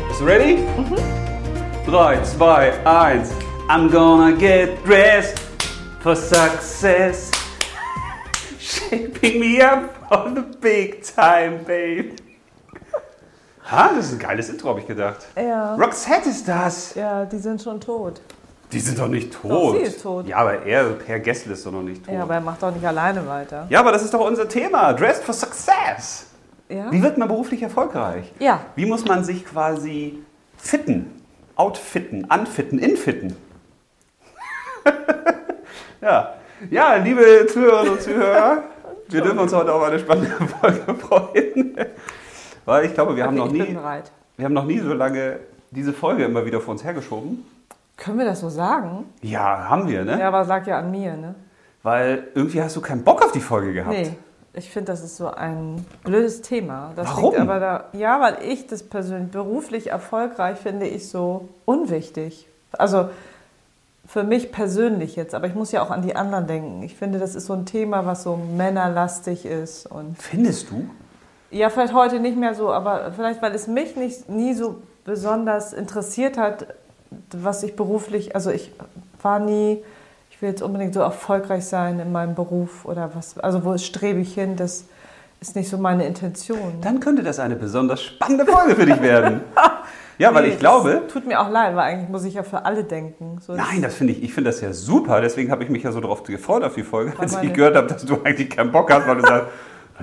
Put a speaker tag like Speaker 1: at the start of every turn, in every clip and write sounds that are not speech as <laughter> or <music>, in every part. Speaker 1: Jungs, ready? Mhm.
Speaker 2: Mm-hmm.
Speaker 1: 3, 2, 1. I'm gonna get dressed for success. <laughs> Shaping me up for the big time, babe. Ha, das ist ein geiles Intro, habe ich gedacht.
Speaker 2: Ja.
Speaker 1: Roxette ist das.
Speaker 2: Ja, die sind schon tot.
Speaker 1: Die sind doch nicht tot.
Speaker 2: Doch, sie ist tot.
Speaker 1: Ja, aber er, Per Gessel ist doch noch nicht tot.
Speaker 2: Ja, aber er macht auch nicht alleine weiter.
Speaker 1: Ja, aber das ist doch unser Thema. Dressed for Success.
Speaker 2: Ja?
Speaker 1: Wie wird man beruflich erfolgreich?
Speaker 2: Ja.
Speaker 1: Wie muss man sich quasi fitten, outfitten, anfitten, infitten? <laughs> ja. ja, liebe Zuhörerinnen und Zuhörer, wir dürfen uns heute auf eine spannende <laughs> Folge freuen. Weil ich glaube, wir haben,
Speaker 2: okay,
Speaker 1: noch
Speaker 2: ich bin
Speaker 1: nie,
Speaker 2: bereit.
Speaker 1: wir haben noch nie so lange diese Folge immer wieder vor uns hergeschoben.
Speaker 2: Können wir das so sagen?
Speaker 1: Ja, haben wir, ne?
Speaker 2: Ja, aber lag ja an mir, ne?
Speaker 1: Weil irgendwie hast du keinen Bock auf die Folge gehabt.
Speaker 2: Nee. Ich finde, das ist so ein blödes Thema. Das
Speaker 1: Warum?
Speaker 2: liegt aber da, ja, weil ich das persönlich beruflich erfolgreich finde ich so unwichtig. Also für mich persönlich jetzt, aber ich muss ja auch an die anderen denken. Ich finde, das ist so ein Thema, was so männerlastig ist und
Speaker 1: Findest du?
Speaker 2: Ja, vielleicht heute nicht mehr so, aber vielleicht, weil es mich nicht, nie so besonders interessiert hat, was ich beruflich, also ich war nie, ich will jetzt unbedingt so erfolgreich sein in meinem Beruf oder was, also wo strebe ich hin, das ist nicht so meine Intention.
Speaker 1: Dann könnte das eine besonders spannende Folge für dich
Speaker 2: <laughs>
Speaker 1: werden. Ja, weil
Speaker 2: Nee,
Speaker 1: ich glaube,
Speaker 2: das Tut mir auch leid, weil eigentlich muss ich ja für alle denken. So,
Speaker 1: Nein, das finde ich, ich finde das ja super. Deswegen habe ich mich ja so drauf gefreut auf die Folge, als
Speaker 2: meine-
Speaker 1: ich gehört habe, dass du eigentlich keinen Bock hast, weil du sagst,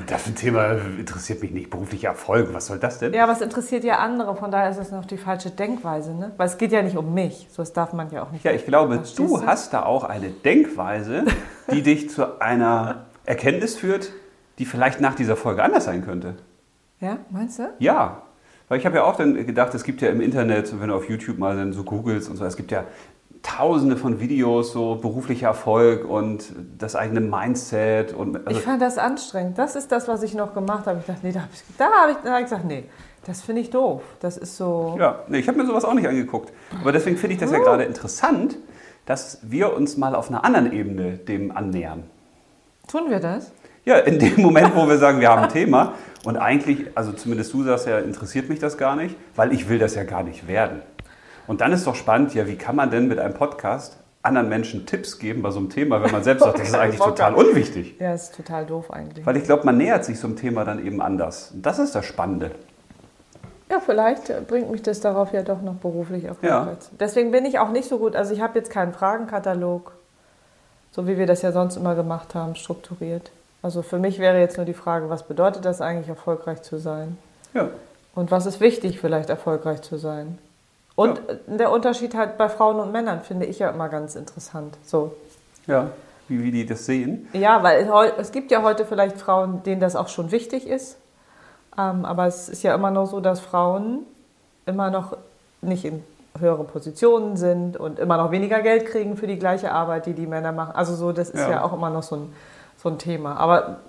Speaker 1: das ist ein Thema interessiert mich nicht, beruflicher Erfolg, was soll das denn?
Speaker 2: Ja, aber es interessiert ja andere, von daher ist das noch die falsche Denkweise, ne? Weil es geht ja nicht um mich, so das darf man ja auch nicht.
Speaker 1: Ja, ich glaube,
Speaker 2: Verstehst
Speaker 1: du hast da auch eine Denkweise, die dich zu einer Erkenntnis führt, die vielleicht nach dieser Folge anders sein könnte.
Speaker 2: Ja, meinst du?
Speaker 1: Ja, weil ich habe ja auch dann gedacht, es gibt ja im Internet, wenn du auf YouTube mal dann so googelst und so, es gibt ja tausende von Videos, so beruflicher Erfolg und das eigene Mindset und also
Speaker 2: ich fand das anstrengend. Das ist das, was ich noch gemacht habe. Ich dachte, nee, da habe ich, da hab ich, da hab ich gesagt, nee, das finde ich doof. Das ist so.
Speaker 1: Ja, nee, ich habe mir sowas auch nicht angeguckt. Aber deswegen finde ich das ja gerade interessant, dass wir uns mal auf einer anderen Ebene dem annähern.
Speaker 2: Tun wir das?
Speaker 1: Ja, in dem Moment, wo wir sagen, wir haben ein Thema und eigentlich, also zumindest du sagst ja, interessiert mich das gar nicht, weil ich will das ja gar nicht werden. Und dann ist doch spannend, ja, wie kann man denn mit einem Podcast anderen Menschen Tipps geben bei so einem Thema, wenn man selbst sagt, das ist eigentlich total unwichtig.
Speaker 2: Ja, ist total doof eigentlich.
Speaker 1: Weil ich glaube, man nähert sich so einem Thema dann eben anders. Und das ist das Spannende.
Speaker 2: Ja, vielleicht äh, bringt mich das darauf ja doch noch beruflich
Speaker 1: Ja.
Speaker 2: erfolgreich. Ja. Deswegen bin ich auch nicht so gut. Also ich habe jetzt keinen Fragenkatalog, so wie wir das ja sonst immer gemacht haben, strukturiert. Also für mich wäre jetzt nur die Frage, was bedeutet das eigentlich, erfolgreich zu sein?
Speaker 1: Ja.
Speaker 2: Und was ist wichtig, vielleicht erfolgreich zu sein? Und äh, der Unterschied halt bei Frauen und Männern finde ich ja immer ganz interessant. So.
Speaker 1: Ja. Wie, wie die das sehen.
Speaker 2: Ja, weil heu- es gibt ja heute vielleicht Frauen, denen das auch schon wichtig ist. Ähm, aber es ist ja immer noch so, dass Frauen immer noch nicht in höhere Positionen sind und immer noch weniger Geld kriegen für die gleiche Arbeit, die die Männer machen. Also so, das ist
Speaker 1: Ja.
Speaker 2: ja, auch immer noch so ein, so ein Thema. Aber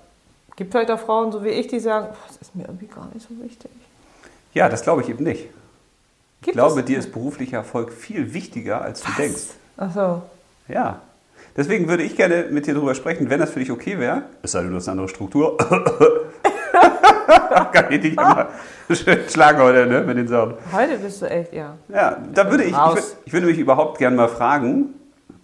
Speaker 2: gibt vielleicht auch Frauen, so wie ich, die sagen, "Pff, das ist mir irgendwie gar nicht so wichtig.
Speaker 1: Ja, das glaube ich eben nicht.
Speaker 2: Gibt
Speaker 1: Ich glaube,
Speaker 2: es?
Speaker 1: dir ist beruflicher Erfolg viel wichtiger, als du denkst.
Speaker 2: Ach so.
Speaker 1: Ja. Deswegen würde ich gerne mit dir darüber sprechen, wenn das für dich okay wäre. Es sei denn, du hast eine andere <laughs> Struktur. Kann ich dich immer schön schlagen heute, ne, mit den Sachen.
Speaker 2: Heute bist du echt, ja.
Speaker 1: Ja, da würde ich, ich,
Speaker 2: Raus.
Speaker 1: wür- ich würde mich überhaupt gerne mal fragen,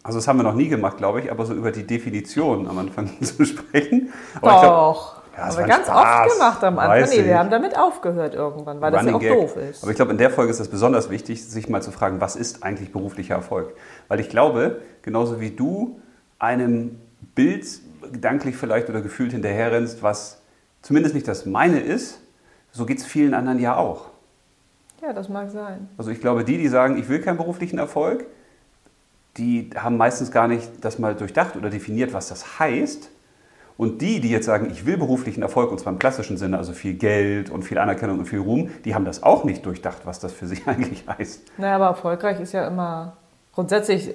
Speaker 1: also das haben wir noch nie gemacht, glaube ich, aber so über die Definition am Anfang <laughs> zu sprechen. Aber ich glaub,
Speaker 2: Doch.
Speaker 1: Ja, es
Speaker 2: haben
Speaker 1: war
Speaker 2: wir
Speaker 1: ein
Speaker 2: ganz
Speaker 1: Spaß,
Speaker 2: oft gemacht am Anfang.
Speaker 1: weiß
Speaker 2: Nee,
Speaker 1: ich.
Speaker 2: wir haben damit aufgehört irgendwann, weil das ja auch
Speaker 1: Running Gag.
Speaker 2: doof ist.
Speaker 1: Aber ich glaube, in der Folge ist es besonders wichtig, sich mal zu fragen, was ist eigentlich beruflicher Erfolg? Weil ich glaube, genauso wie du einem Bild gedanklich vielleicht oder gefühlt hinterherrennst, was zumindest nicht das meine ist, so geht es vielen anderen ja auch.
Speaker 2: ja, das mag sein.
Speaker 1: Also ich glaube, die, die sagen, ich will keinen beruflichen Erfolg, die haben meistens gar nicht das mal durchdacht oder definiert, was das heißt. Und die, die jetzt sagen, ich will beruflichen Erfolg, und zwar im klassischen Sinne, also viel Geld und viel Anerkennung und viel Ruhm, die haben das auch nicht durchdacht, was das für sich <laughs> eigentlich heißt.
Speaker 2: Naja, aber erfolgreich ist ja immer. Grundsätzlich,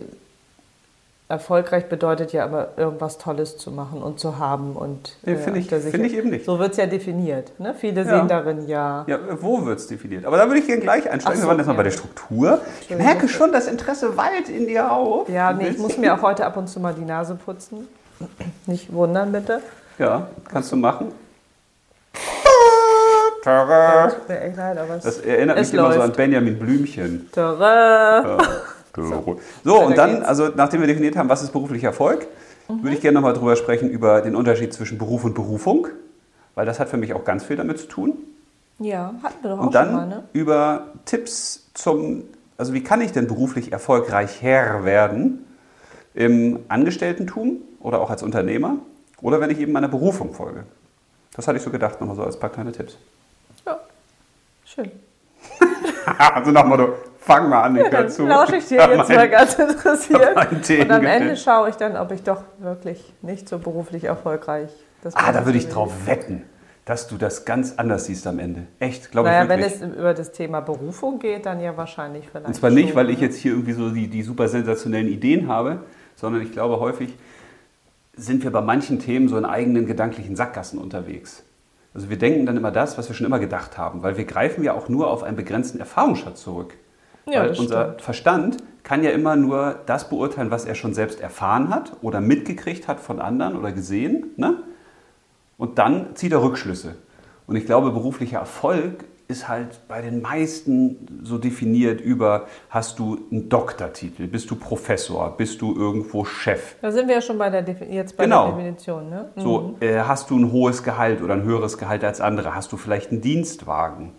Speaker 2: erfolgreich bedeutet ja aber, irgendwas Tolles zu machen und zu haben. und
Speaker 1: Nee, finde ich-
Speaker 2: auf der Sicher-
Speaker 1: finde ich eben nicht.
Speaker 2: So wird es ja definiert. Ne? Viele sehen darin ja.
Speaker 1: Ja, wo wird es definiert? Aber da würde ich gerne gleich einsteigen.
Speaker 2: Ach
Speaker 1: Wir
Speaker 2: so,
Speaker 1: waren erstmal
Speaker 2: ja.
Speaker 1: bei der Struktur. Ich
Speaker 2: Entschuldigung.
Speaker 1: merke schon, das Interesse wallt in dir auf.
Speaker 2: Ja, nee, ich muss mir auch heute ab und zu mal die Nase putzen.
Speaker 1: <laughs>
Speaker 2: Nicht wundern, bitte. <laughs>
Speaker 1: Ja, kannst du machen.
Speaker 2: Ja,
Speaker 1: Tada.
Speaker 2: tut mir echt leid, aber es,
Speaker 1: Das äh, erinnert
Speaker 2: es
Speaker 1: mich immer so
Speaker 2: läuft.
Speaker 1: an Benjamin Blümchen.
Speaker 2: Tada.
Speaker 1: So, so und dann,
Speaker 2: geht's. Mhm.
Speaker 1: also nachdem wir definiert haben, was ist beruflicher Erfolg, würde ich gerne nochmal drüber sprechen, über den Unterschied zwischen Beruf und Berufung, weil das hat für mich auch ganz viel damit zu tun.
Speaker 2: Ja, hatten wir doch auch
Speaker 1: Und dann
Speaker 2: schon mal, ne?
Speaker 1: über Tipps zum, also wie kann ich denn beruflich erfolgreich Herr werden im Angestelltentum oder auch als Unternehmer oder wenn ich eben meiner Berufung folge. Das hatte ich so gedacht, nochmal so als paar kleine Tipps. <laughs>
Speaker 2: Ja. Schön.
Speaker 1: also nochmal, du fang mal an, ich hör
Speaker 2: Dann
Speaker 1: zu.
Speaker 2: lausche ich dir
Speaker 1: Ja,
Speaker 2: jetzt
Speaker 1: mein-
Speaker 2: mal ganz interessiert.
Speaker 1: mein
Speaker 2: Und am Ende
Speaker 1: Themengebiet.
Speaker 2: schaue ich dann, ob ich doch wirklich nicht so beruflich erfolgreich das
Speaker 1: Ah, da
Speaker 2: Ganze
Speaker 1: würde ich
Speaker 2: bin.
Speaker 1: drauf wetten, dass du das ganz anders siehst am Ende. Echt, glaube
Speaker 2: Naja,
Speaker 1: ich
Speaker 2: wenn
Speaker 1: wirklich.
Speaker 2: es über das Thema Berufung geht, dann ja wahrscheinlich vielleicht.
Speaker 1: Und zwar nicht,
Speaker 2: schon,
Speaker 1: weil ich
Speaker 2: ne?
Speaker 1: jetzt hier irgendwie so die, die super sensationellen Ideen habe, sondern ich glaube, häufig sind wir bei manchen Themen so in eigenen gedanklichen Sackgassen unterwegs. Also wir denken dann immer das, was wir schon immer gedacht haben, weil wir greifen ja auch nur auf einen begrenzten Erfahrungsschatz zurück.
Speaker 2: Ja,
Speaker 1: weil
Speaker 2: das
Speaker 1: unser
Speaker 2: stimmt.
Speaker 1: Verstand kann ja immer nur das beurteilen, was er schon selbst erfahren hat oder mitgekriegt hat von anderen oder gesehen. Ne? Und dann zieht er Rückschlüsse. Und ich glaube, beruflicher Erfolg ist halt bei den meisten so definiert über, hast du einen Doktortitel, bist du Professor, bist du irgendwo Chef,
Speaker 2: Da sind wir ja schon bei der, Defi- jetzt bei
Speaker 1: Genau.
Speaker 2: der Definition, ne? Mhm.
Speaker 1: so, äh, hast du ein hohes Gehalt oder ein höheres Gehalt als andere? Hast du vielleicht einen Dienstwagen?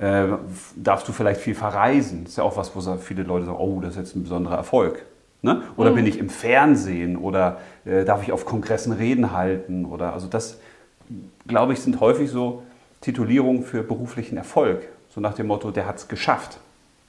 Speaker 1: Äh, f- darfst du vielleicht viel verreisen? Das ist ja auch was, wo so viele Leute sagen, oh, das ist jetzt ein besonderer Erfolg. Ne? Oder
Speaker 2: Mhm.
Speaker 1: bin ich im Fernsehen? Oder äh, darf ich auf Kongressen Reden halten? Oder also das, glaube ich, sind häufig so Titulierungen für beruflichen Erfolg. So nach dem Motto, der hat es geschafft.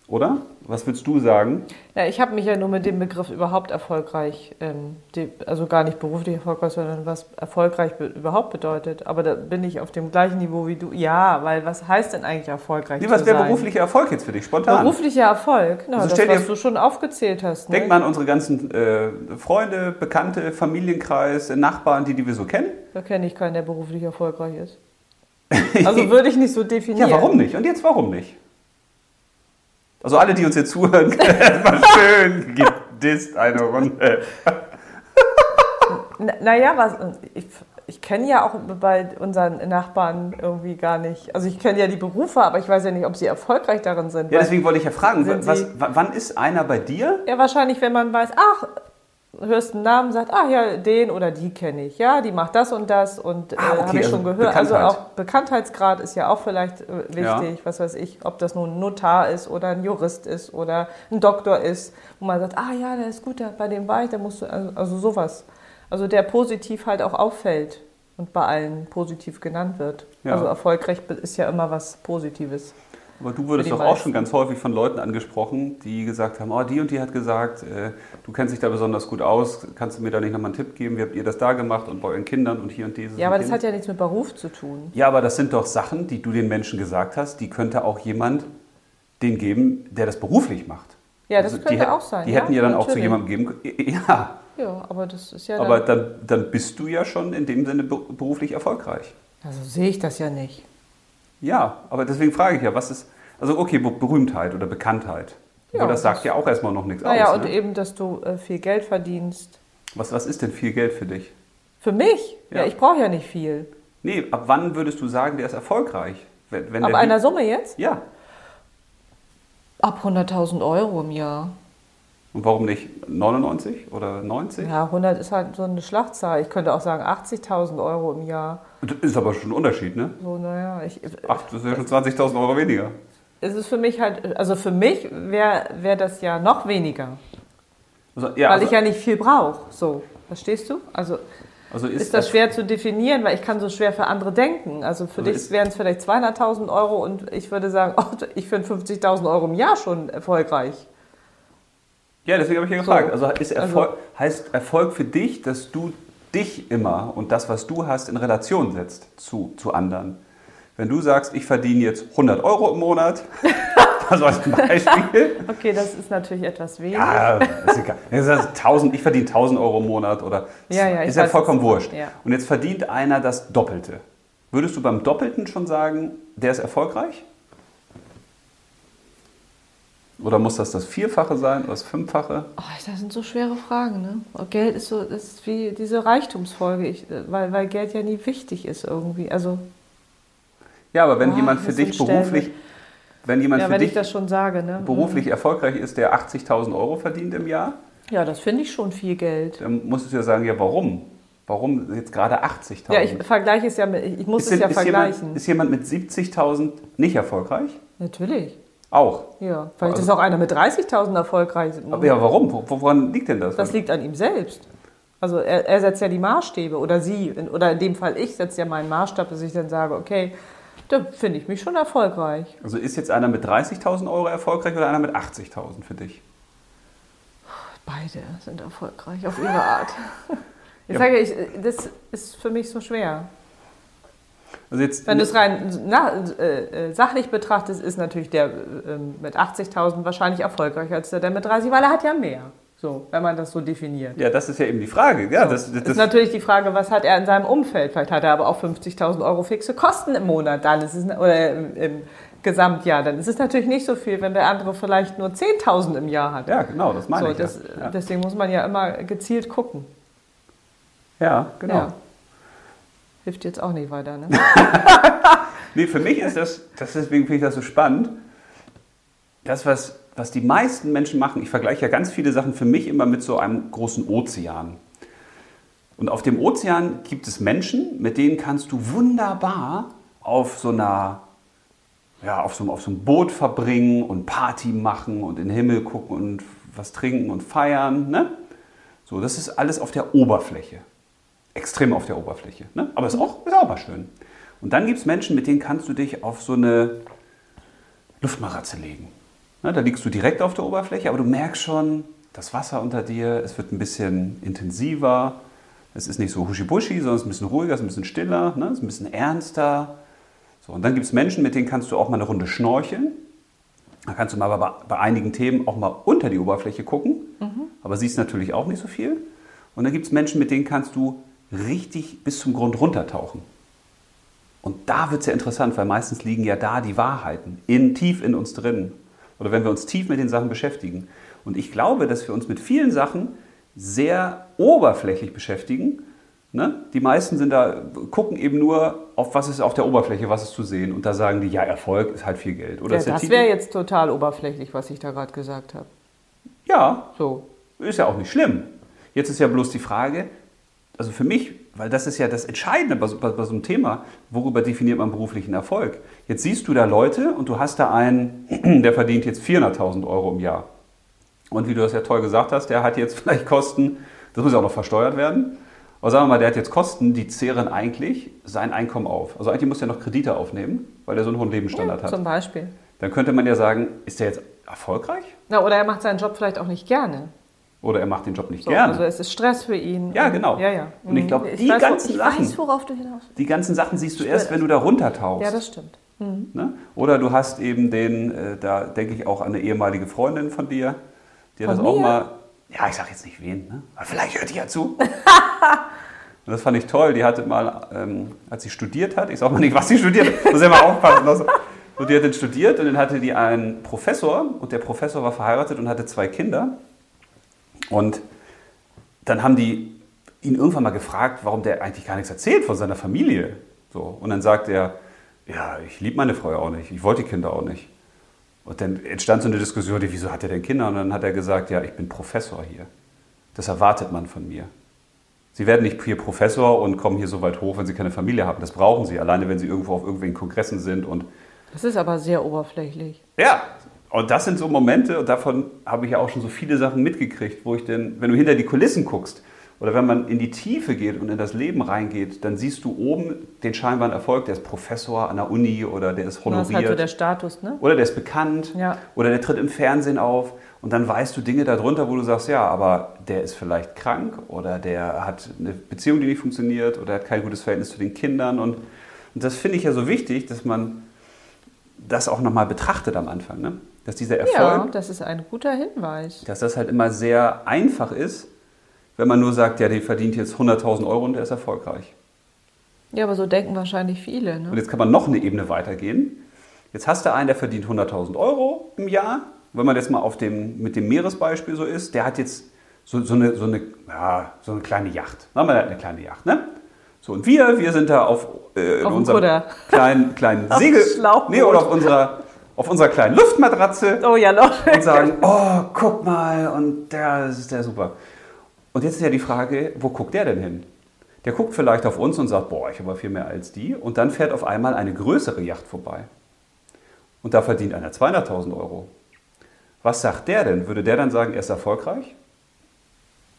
Speaker 1: Oder? Was willst du sagen?
Speaker 2: Ja, ich habe mich ja nur mit dem Begriff überhaupt erfolgreich, ähm, de- also gar nicht beruflich erfolgreich, sondern was erfolgreich be überhaupt bedeutet. Aber da bin ich auf dem gleichen Niveau wie du. Ja, weil was heißt denn eigentlich erfolgreich
Speaker 1: Nee,
Speaker 2: zu
Speaker 1: was
Speaker 2: sein?
Speaker 1: wäre beruflicher Erfolg jetzt für dich? Spontan.
Speaker 2: Beruflicher Erfolg, na,
Speaker 1: Also
Speaker 2: das,
Speaker 1: stell dir-
Speaker 2: was du schon aufgezählt hast. Ne?
Speaker 1: Denkt mal an unsere ganzen äh, Freunde, Bekannte, Familienkreis, äh, Nachbarn, die, die wir so kennen.
Speaker 2: <laughs> Da kenne ich keinen, der beruflich erfolgreich
Speaker 1: <laughs>
Speaker 2: ist. Also würde ich nicht so
Speaker 1: Ja,
Speaker 2: definieren.
Speaker 1: warum nicht? Und jetzt warum nicht? Also alle, die uns jetzt zuhören, <laughs> mal schön gedisst eine Runde.
Speaker 2: Na- Naja, was, ich, ich kenne ja auch bei unseren Nachbarn irgendwie gar nicht. Also ich kenne ja die Berufe, aber ich weiß ja nicht, ob sie erfolgreich darin sind.
Speaker 1: Ja,
Speaker 2: weil-
Speaker 1: deswegen wollte ich ja fragen,
Speaker 2: Sind
Speaker 1: wa- was, wa- wann ist einer bei dir?
Speaker 2: Ja, wahrscheinlich, wenn man weiß, ach, hörst einen Namen, sagt, ach ja, den oder die kenne ich, ja, die macht das und das und äh,
Speaker 1: Ah, okay,
Speaker 2: habe ich
Speaker 1: also
Speaker 2: schon gehört. Also auch
Speaker 1: Bekanntheit.
Speaker 2: Bekanntheitsgrad ist ja auch vielleicht äh, wichtig,
Speaker 1: Ja.
Speaker 2: was weiß ich, ob das nun ein Notar ist oder ein Jurist ist oder ein Doktor ist, wo man sagt, ah ja, der ist gut, der- bei dem war ich, der musst du, also, also sowas. Also der positiv halt auch auffällt und bei allen positiv genannt wird.
Speaker 1: Ja.
Speaker 2: Also erfolgreich ist ja immer was Positives.
Speaker 1: Aber du wurdest
Speaker 2: Für
Speaker 1: doch
Speaker 2: die
Speaker 1: auch schon
Speaker 2: meisten.
Speaker 1: ganz häufig von Leuten angesprochen, die gesagt haben, oh, die und die hat gesagt, äh, du kennst dich da besonders gut aus, kannst du mir da nicht nochmal einen Tipp geben, wie habt ihr das da gemacht und bei euren Kindern und hier und dieses.
Speaker 2: Ja,
Speaker 1: und
Speaker 2: aber das
Speaker 1: jenes?"
Speaker 2: hat ja nichts mit Beruf zu tun.
Speaker 1: Ja, aber das sind doch Sachen, die du den Menschen gesagt hast, die könnte auch jemand den geben, der das beruflich macht. Also
Speaker 2: Ja, das
Speaker 1: die,
Speaker 2: könnte
Speaker 1: hätt-
Speaker 2: auch sein,
Speaker 1: Die
Speaker 2: ja,
Speaker 1: hätten ja dann auch zu
Speaker 2: natürlich. Genau.
Speaker 1: jemandem geben können. <laughs> Ja,
Speaker 2: Ja, aber das ist ja
Speaker 1: aber
Speaker 2: dann-
Speaker 1: dann, dann bist du ja schon in dem Sinne be- beruflich erfolgreich.
Speaker 2: Also sehe ich das ja nicht.
Speaker 1: Ja, aber deswegen frage ich ja, was ist. Also, okay, Be- Berühmtheit oder Bekanntheit.
Speaker 2: Ja,
Speaker 1: aber das sagt
Speaker 2: das-
Speaker 1: ja auch erstmal noch nichts
Speaker 2: Naja,
Speaker 1: aus.
Speaker 2: und e-
Speaker 1: Ne?
Speaker 2: eben, dass du äh, viel Geld verdienst.
Speaker 1: Was, was ist denn viel Geld für dich?
Speaker 2: Für mich? Ja,
Speaker 1: Ja.
Speaker 2: ich brauche ja nicht viel.
Speaker 1: Nee, ab wann würdest du sagen, der ist erfolgreich? Wenn, wenn
Speaker 2: Ab
Speaker 1: der-
Speaker 2: einer Summe jetzt?
Speaker 1: Ja.
Speaker 2: Ab 100.000 Euro im Jahr.
Speaker 1: Und warum nicht 99 oder 90?
Speaker 2: Ja, 100 ist halt so eine Schlachtzahl. Ich könnte auch sagen 80.000 Euro im Jahr.
Speaker 1: Das ist aber schon ein Unterschied, ne?
Speaker 2: So, naja, ich,
Speaker 1: Ach, das ist ja schon 20.000 Euro weniger.
Speaker 2: es ist für mich halt, also für mich wäre wär das ja noch weniger,
Speaker 1: Also, ja,
Speaker 2: weil
Speaker 1: also,
Speaker 2: ich ja nicht viel brauche. So, verstehst du? Also
Speaker 1: also ist,
Speaker 2: ist, das
Speaker 1: er-
Speaker 2: schwer zu definieren, weil ich kann so schwer für andere denken. Also für
Speaker 1: Also
Speaker 2: dich
Speaker 1: ist-
Speaker 2: wären es vielleicht 200.000 Euro und ich würde sagen, <laughs> oh, ich finde 50.000 Euro im Jahr schon erfolgreich.
Speaker 1: Ja, deswegen habe ich ja gefragt.
Speaker 2: So.
Speaker 1: Also, ist Erfolg, heißt Erfolg für dich, dass du dich immer und das, was du hast, in Relation setzt zu, zu anderen. Wenn du sagst, ich verdiene jetzt 100 Euro im Monat, <laughs> also als Beispiel,
Speaker 2: Okay, das ist natürlich etwas wenig.
Speaker 1: ja, ist egal. Wenn du sagst, 1000, ich verdiene 1000 Euro im Monat oder
Speaker 2: Ja, ja, ich
Speaker 1: ist ja
Speaker 2: weiß,
Speaker 1: vollkommen
Speaker 2: was du
Speaker 1: wurscht.
Speaker 2: meinst, ja.
Speaker 1: Und jetzt verdient einer das Doppelte. Würdest du beim Doppelten schon sagen, der ist erfolgreich? Oder muss das das Vierfache sein oder das Fünffache?
Speaker 2: Oh, das sind so schwere Fragen. Ne? Geld ist so, das ist wie äh, diese Reichtumsfolge, ich, weil, weil Geld ja nie wichtig ist irgendwie. Also
Speaker 1: Ja, aber wenn
Speaker 2: Boah,
Speaker 1: jemand
Speaker 2: das
Speaker 1: für
Speaker 2: ist so
Speaker 1: dich
Speaker 2: ein
Speaker 1: beruflich,
Speaker 2: Stellenwert.
Speaker 1: wenn jemand
Speaker 2: Ja,
Speaker 1: für
Speaker 2: wenn ich
Speaker 1: dich
Speaker 2: das schon sage, ne?
Speaker 1: beruflich erfolgreich ist, der 80.000 Euro verdient im Jahr,
Speaker 2: Ja, das finde ich schon viel Geld.
Speaker 1: dann musst du ja sagen, ja, warum? Warum jetzt gerade 80.000?
Speaker 2: Ja, ich vergleiche es ja mit, ich muss
Speaker 1: Ist
Speaker 2: es
Speaker 1: denn-
Speaker 2: ja
Speaker 1: ist
Speaker 2: vergleichen.
Speaker 1: Jemand, ist jemand mit 70.000 nicht erfolgreich?
Speaker 2: Natürlich.
Speaker 1: Auch.
Speaker 2: Ja, vielleicht
Speaker 1: Also-
Speaker 2: ist auch einer mit 30.000 erfolgreich.
Speaker 1: Aber ja, warum? Wo- Woran liegt denn das?
Speaker 2: Das liegt an ihm selbst. Also er, er setzt ja die Maßstäbe oder sie, in, oder in dem Fall ich setze ja meinen Maßstab, dass ich dann sage, okay, da finde ich mich schon erfolgreich.
Speaker 1: also ist jetzt einer mit 30.000 Euro erfolgreich oder einer mit 80.000 für dich?
Speaker 2: Beide sind erfolgreich auf ihre Art. Ich
Speaker 1: Ja.
Speaker 2: sage, <laughs> ich, das ist für mich so schwer.
Speaker 1: Also jetzt
Speaker 2: Wenn du es rein na, äh, äh, sachlich betrachtest, ist natürlich der äh, mit 80.000 wahrscheinlich erfolgreicher als der, der mit 30, weil er hat ja mehr. So, wenn man das so definiert.
Speaker 1: ja, das ist ja eben die Frage. Ja, das,
Speaker 2: Das
Speaker 1: das,
Speaker 2: ist natürlich die Frage, was hat er in seinem Umfeld? Vielleicht hat er aber auch 50.000 Euro fixe Kosten im Monat dann ist es, ne, oder im, im Gesamtjahr. Dann ist es natürlich nicht so viel, wenn der andere vielleicht nur 10.000 im Jahr hat.
Speaker 1: ja, genau, das meine
Speaker 2: so,
Speaker 1: ich.
Speaker 2: das,
Speaker 1: ja. Ja.
Speaker 2: Deswegen muss man ja immer gezielt gucken.
Speaker 1: ja, genau.
Speaker 2: Ja. Hilft jetzt auch nicht
Speaker 1: <laughs>
Speaker 2: weiter, ne?
Speaker 1: Nee, für mich ist das, das deswegen finde ich das so spannend, das, was, was die meisten Menschen machen, ich vergleiche ja ganz viele Sachen für mich immer mit so einem großen Ozean. Und auf dem Ozean gibt es Menschen, mit denen kannst du wunderbar auf so einer ja, auf so, einem- auf so einem Boot verbringen und Party machen und in den Himmel gucken und was trinken und feiern. Ne? So, das ist alles auf der Oberfläche. Extrem auf der Oberfläche. Ne? Aber ist auch, ist auch mal schön. Und dann gibt es Menschen, mit denen kannst du dich auf so eine Luftmatratze legen. Ne? Da liegst du direkt auf der Oberfläche, aber du merkst schon, das Wasser unter dir, es wird ein bisschen intensiver. Es ist nicht so huschi-buschi, sondern es ist ein bisschen ruhiger, es ist ein bisschen stiller, ne? es ist ein bisschen ernster. So, und dann gibt es Menschen, mit denen kannst du auch mal eine Runde schnorcheln. Da kannst du mal bei, bei einigen Themen auch mal unter die Oberfläche gucken,
Speaker 2: Mhm.
Speaker 1: aber siehst natürlich auch nicht so viel. Und dann gibt es Menschen, mit denen kannst du richtig bis zum Grund runtertauchen. Und da wird es ja interessant, weil meistens liegen ja da die Wahrheiten in, tief in uns drin. Oder wenn wir uns tief mit den Sachen beschäftigen. Und ich glaube, dass wir uns mit vielen Sachen sehr oberflächlich beschäftigen. Ne? Die meisten sind da, gucken eben nur, auf was ist auf der Oberfläche, was ist zu sehen. Und da sagen die, ja, Erfolg ist halt viel Geld. Oder
Speaker 2: Ja,
Speaker 1: ist der
Speaker 2: das
Speaker 1: Titel-
Speaker 2: wäre jetzt total oberflächlich, was ich da gerade gesagt habe.
Speaker 1: Ja,
Speaker 2: So.
Speaker 1: Ist ja auch nicht schlimm. Jetzt ist ja bloß die Frage, also für mich, weil das ist ja das Entscheidende bei so, bei, bei so einem Thema, worüber definiert man beruflichen Erfolg? Jetzt siehst du da Leute und du hast da einen, <clears throat> der verdient jetzt 400.000 Euro im Jahr. Und wie du das ja toll gesagt hast, der hat jetzt <laughs> vielleicht Kosten, das muss ja auch noch versteuert werden. Aber sagen wir mal, der hat jetzt Kosten, die zehren eigentlich sein Einkommen auf. Also eigentlich muss der noch Kredite aufnehmen, weil er so einen hohen Lebensstandard hat.
Speaker 2: Zum Beispiel.
Speaker 1: Dann könnte man ja sagen, ist der jetzt erfolgreich?
Speaker 2: Na, oder er macht seinen Job vielleicht auch nicht gerne.
Speaker 1: Oder er macht den Job nicht
Speaker 2: So,
Speaker 1: gerne?
Speaker 2: Also es ist Stress für ihn.
Speaker 1: Ja,
Speaker 2: Und-
Speaker 1: genau.
Speaker 2: Ja, ja.
Speaker 1: Und ich glaube,
Speaker 2: Mhm.
Speaker 1: die
Speaker 2: weiß, wo-
Speaker 1: ganzen
Speaker 2: ich
Speaker 1: Sachen-
Speaker 2: weiß, worauf du hinaus willst.
Speaker 1: Die ganzen Sachen siehst du erst,
Speaker 2: das.
Speaker 1: wenn du da runtertauchst.
Speaker 2: Ja, das stimmt.
Speaker 1: ne? Oder du hast eben den, äh, da denke ich auch an eine ehemalige Freundin von dir, die hat das
Speaker 2: Von
Speaker 1: auch
Speaker 2: mir?
Speaker 1: mal. Ja, ich sag jetzt nicht wen, ne? Aber vielleicht hört die ja
Speaker 2: <laughs>
Speaker 1: zu. Und das fand ich toll. Die hatte mal, ähm, als sie studiert hat, ich sag mal nicht, was sie studiert, <laughs> muss ja mal aufpassen. Also, so, die hat dann studiert und dann hatte die einen Professor und der Professor war verheiratet und hatte zwei Kinder. Und dann haben die ihn irgendwann mal gefragt, warum der eigentlich gar nichts erzählt von seiner Familie. So. Und dann sagt er, ja, ich liebe meine Frau ja auch nicht, ich wollte die Kinder auch nicht. Und dann entstand so eine Diskussion, die, wieso hat er denn Kinder? Und dann hat er gesagt, ja, ich bin Professor hier. Das erwartet man von mir. Sie werden nicht hier Professor und kommen hier so weit hoch, wenn sie keine Familie haben. Das brauchen sie, alleine wenn sie irgendwo auf irgendwelchen Kongressen sind und
Speaker 2: Das ist aber sehr oberflächlich.
Speaker 1: ja, und das sind so Momente, und davon habe ich ja auch schon so viele Sachen mitgekriegt, wo ich denn, wenn du hinter die Kulissen guckst oder wenn man in die Tiefe geht und in das Leben reingeht, dann siehst du oben den scheinbaren Erfolg, der ist Professor an der Uni oder der ist
Speaker 2: Das ist halt so
Speaker 1: honoriert
Speaker 2: der Status, ne?
Speaker 1: oder der ist bekannt
Speaker 2: Ja.
Speaker 1: oder der tritt im Fernsehen auf und dann weißt du Dinge darunter, wo du sagst, ja, aber der ist vielleicht krank oder der hat eine Beziehung, die nicht funktioniert oder hat kein gutes Verhältnis zu den Kindern und, und das finde ich ja so wichtig, dass man das auch nochmal betrachtet am Anfang, ne? dass dieser
Speaker 2: Ja,
Speaker 1: Erfolg,
Speaker 2: das ist ein guter Hinweis.
Speaker 1: dass das halt immer sehr einfach ist, wenn man nur sagt, ja, der verdient jetzt 100.000 Euro und der ist erfolgreich.
Speaker 2: Ja, aber so denken wahrscheinlich viele,
Speaker 1: Und
Speaker 2: ne?
Speaker 1: jetzt kann man noch eine Ebene weitergehen. Jetzt hast du einen, der verdient 100.000 Euro im Jahr. Wenn man jetzt mal auf dem, mit dem Meeresbeispiel so ist, der hat jetzt so, so, eine, so, eine, ja, so eine kleine Yacht. Na, man hat eine kleine Yacht, ne? So, und wir, wir sind da auf, äh, in
Speaker 2: Auf dem
Speaker 1: unserem
Speaker 2: Kutter.
Speaker 1: kleinen, kleinen
Speaker 2: <laughs> Auf dem
Speaker 1: Segel.
Speaker 2: Schlauchboot.
Speaker 1: nee, oder auf unserer, auf unserer kleinen Luftmatratze
Speaker 2: Oh ja, Leute.
Speaker 1: und sagen, oh, guck mal, und da ist der super. Und jetzt ist ja die Frage, wo guckt der denn hin? Der guckt vielleicht auf uns und sagt, boah, ich habe aber viel mehr als die. Und dann fährt auf einmal eine größere Yacht vorbei. Und da verdient einer 200.000 Euro. Was sagt der denn? Würde der dann sagen, er ist erfolgreich?
Speaker 2: <laughs>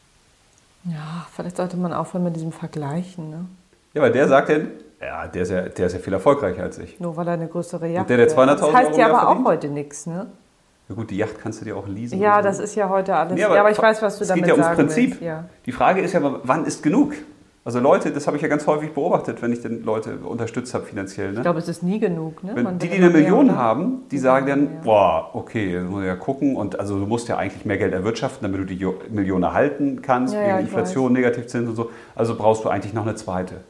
Speaker 2: Ja, vielleicht sollte man aufhören mit diesem Vergleichen, ne?
Speaker 1: Ja, weil der sagt dann, ja, der ist ja, der ist ja viel erfolgreicher als ich.
Speaker 2: Nur weil er eine größere Yacht
Speaker 1: Und der, der
Speaker 2: hat. Das
Speaker 1: 200.000
Speaker 2: heißt ja
Speaker 1: Euro
Speaker 2: aber auch
Speaker 1: verdient?
Speaker 2: heute nichts, ne?
Speaker 1: Na gut, die Yacht kannst du dir auch leasen.
Speaker 2: Ja, das ist ja heute alles.
Speaker 1: Nee,
Speaker 2: ja, aber ich weiß, was du
Speaker 1: es
Speaker 2: damit
Speaker 1: geht ja ums
Speaker 2: sagen
Speaker 1: Prinzip.
Speaker 2: willst. Ja.
Speaker 1: Die Frage ist ja, aber, wann ist genug? Also Leute, das habe ich ja ganz häufig beobachtet, wenn ich denn Leute unterstützt habe finanziell. Ne?
Speaker 2: Ich glaube, es ist nie genug, ne?
Speaker 1: wenn
Speaker 2: Man
Speaker 1: die,
Speaker 2: will
Speaker 1: die eine
Speaker 2: immer mehr,
Speaker 1: Million
Speaker 2: ne?
Speaker 1: haben, die
Speaker 2: Die
Speaker 1: sagen
Speaker 2: wollen
Speaker 1: dann,
Speaker 2: mehr.
Speaker 1: boah, okay, muss man ja gucken. Und also du musst ja eigentlich mehr Geld erwirtschaften, damit du die Jo- Million erhalten kannst,
Speaker 2: Ja,
Speaker 1: wegen
Speaker 2: ja, ich
Speaker 1: Inflation, Negativzinsen und so. Also brauchst du eigentlich noch eine zweite. Und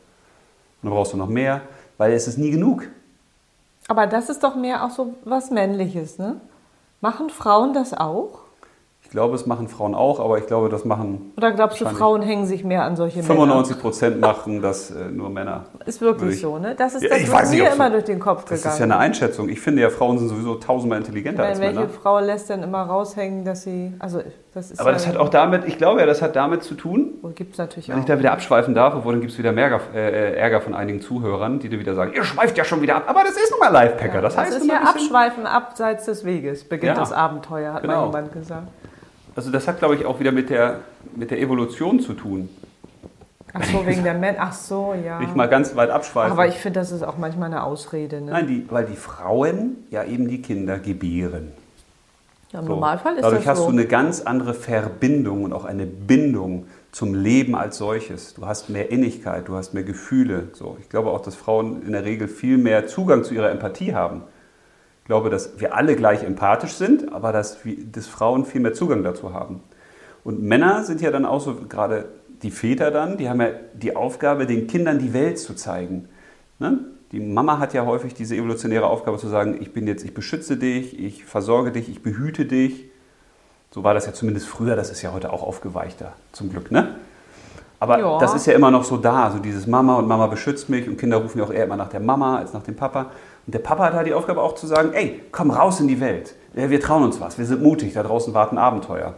Speaker 1: dann brauchst du noch mehr, weil es ist nie genug.
Speaker 2: Aber das ist doch mehr auch so was Männliches, ne? Machen Frauen das auch?
Speaker 1: Ich glaube, es machen Frauen auch, aber ich glaube, das machen
Speaker 2: Oder glaubst du,
Speaker 1: Wahrscheinlich.
Speaker 2: Frauen hängen sich mehr an solche
Speaker 1: 95 Prozent machen das äh, nur Männer.
Speaker 2: Männer? Ist
Speaker 1: Würde
Speaker 2: wirklich
Speaker 1: ich-
Speaker 2: so, ne? Das ist
Speaker 1: Ja,
Speaker 2: das
Speaker 1: ich
Speaker 2: ist
Speaker 1: weiß nicht,
Speaker 2: mir
Speaker 1: ob so-
Speaker 2: immer durch den Kopf
Speaker 1: Das
Speaker 2: gegangen.
Speaker 1: ist ja eine Einschätzung. Ich finde ja, Frauen sind sowieso tausendmal
Speaker 2: ich
Speaker 1: intelligenter
Speaker 2: meine,
Speaker 1: als
Speaker 2: welche
Speaker 1: Männer.
Speaker 2: Frau lässt denn immer raushängen, dass sie. Also, das ist
Speaker 1: Aber
Speaker 2: ja,
Speaker 1: das hat auch damit, ich glaube ja, das hat damit zu tun,
Speaker 2: Gibt es natürlich
Speaker 1: wenn ich
Speaker 2: auch.
Speaker 1: da wieder abschweifen darf, obwohl dann gibt es wieder mehr, Ärger- äh, Ärger von einigen Zuhörern, die dir wieder sagen, ihr schweift ja schon wieder ab. Aber das ist nun mal Lifehacker. das heißt
Speaker 2: Also ist
Speaker 1: nun mal
Speaker 2: ja
Speaker 1: ein bisschen-
Speaker 2: Abschweifen abseits des Weges,
Speaker 1: Ja.
Speaker 2: beginnt das Abenteuer, hat
Speaker 1: Genau.
Speaker 2: mal jemand gesagt.
Speaker 1: Also das hat, glaube ich, auch wieder mit der, mit der Evolution zu tun.
Speaker 2: Ach so, wegen der Männer. Ach so, ja.
Speaker 1: Nicht mal ganz weit abschweifen.
Speaker 2: Aber ich finde, das ist auch manchmal eine Ausrede. Ne?
Speaker 1: Nein, die, weil die Frauen ja eben die Kinder gebären.
Speaker 2: ja, Im
Speaker 1: So.
Speaker 2: Normalfall ist
Speaker 1: Dadurch
Speaker 2: das
Speaker 1: hast
Speaker 2: so.
Speaker 1: du eine ganz andere Verbindung und auch eine Bindung zum Leben als solches. Du hast mehr Innigkeit, du hast mehr Gefühle. So, ich glaube auch, dass Frauen in der Regel viel mehr Zugang zu ihrer Empathie haben. Ich glaube, dass wir alle gleich empathisch sind, aber dass, wir- dass Frauen viel mehr Zugang dazu haben. Und Männer sind ja dann auch so, gerade die Väter dann, die haben ja die Aufgabe, den Kindern die Welt zu zeigen. Ne? Die Mama hat ja häufig diese evolutionäre Aufgabe zu sagen, ich bin jetzt, ich beschütze dich, ich versorge dich, ich behüte dich. So war das ja zumindest früher, das ist ja heute auch aufgeweichter, zum Glück, ne? Aber
Speaker 2: Ja.
Speaker 1: das ist ja immer noch so da, so dieses Mama und Mama beschützt mich und Kinder rufen ja auch eher immer nach der Mama als nach dem Papa. Und der Papa hat halt die Aufgabe auch zu sagen, ey, komm raus in die Welt, Äh, wir trauen uns was, wir sind mutig, da draußen warten Abenteuer.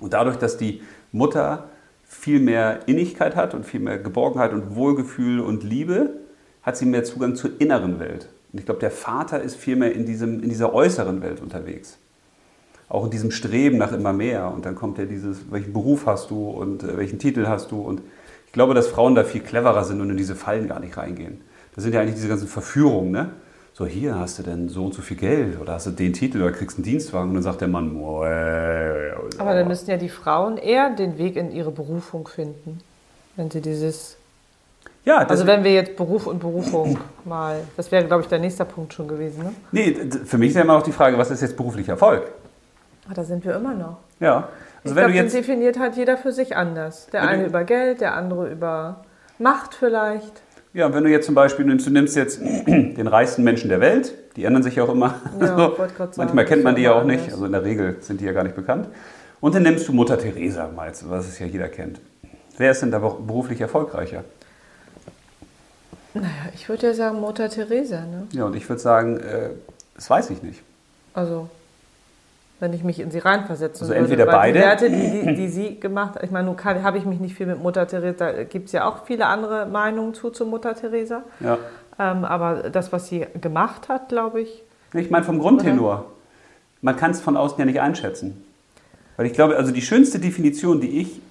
Speaker 1: Und dadurch, dass die Mutter viel mehr Innigkeit hat und viel mehr Geborgenheit und Wohlgefühl und Liebe, hat sie mehr Zugang zur inneren Welt. Und ich glaube, der Vater ist viel mehr in, diesem, in dieser äußeren Welt unterwegs. Auch in diesem Streben nach immer mehr. Und dann kommt ja dieses, welchen Beruf hast du und äh, welchen Titel hast du. Und ich glaube, dass Frauen da viel cleverer sind und in diese Fallen gar nicht reingehen. Das sind ja eigentlich diese ganzen Verführungen, ne? So, hier hast du denn so und so viel Geld oder hast du den Titel oder kriegst einen Dienstwagen und dann sagt der Mann, oh, "Moä."
Speaker 2: Aber dann müssen ja die Frauen eher den Weg in ihre Berufung finden. Wenn sie dieses.
Speaker 1: ja, das
Speaker 2: Also, wenn wir jetzt Beruf und Berufung mal. Das wäre, glaube ich, der nächste Punkt schon gewesen. Ne?
Speaker 1: Nee, d- d- für mich ist ja immer noch die Frage, was ist jetzt beruflicher Erfolg?
Speaker 2: Ah, da sind wir immer noch.
Speaker 1: Ja. Also wenn
Speaker 2: Ich glaube,
Speaker 1: du
Speaker 2: den
Speaker 1: jetzt.
Speaker 2: definiert hat jeder für sich anders. Der
Speaker 1: Wenn du-
Speaker 2: eine über Geld, der andere über Macht vielleicht.
Speaker 1: Ja, wenn du jetzt zum Beispiel nimmst, du nimmst jetzt <clears throat> den reichsten Menschen der Welt, die ändern sich ja auch immer.
Speaker 2: Ja,
Speaker 1: <laughs> So.
Speaker 2: wollte gerade sagen,
Speaker 1: Manchmal kennt man die ja
Speaker 2: das
Speaker 1: auch
Speaker 2: ist
Speaker 1: nicht,
Speaker 2: anders.
Speaker 1: also in der Regel sind die ja gar nicht bekannt. Und dann nimmst du Mutter Teresa mal, jetzt, was es ja jeder kennt. Wer ist denn da be- beruflich erfolgreicher?
Speaker 2: Ja, ich würde ja sagen Mutter Teresa, ne?
Speaker 1: Ja, und ich würde sagen, äh, das weiß ich nicht.
Speaker 2: Also, wenn ich mich in sie reinversetzen
Speaker 1: Also
Speaker 2: würde.
Speaker 1: entweder
Speaker 2: weil
Speaker 1: beide.
Speaker 2: die Werte, die, die, die sie gemacht hat, ich meine, nun kann- habe ich mich nicht viel mit Mutter Teresa, da gibt es ja auch viele andere Meinungen zu, zu Mutter Teresa.
Speaker 1: Ja.
Speaker 2: Ähm, aber das, was sie gemacht hat, glaube ich,
Speaker 1: Ich meine vom Grundtenor. Man kann es von außen ja nicht einschätzen. Weil ich glaube, also die schönste Definition, die ich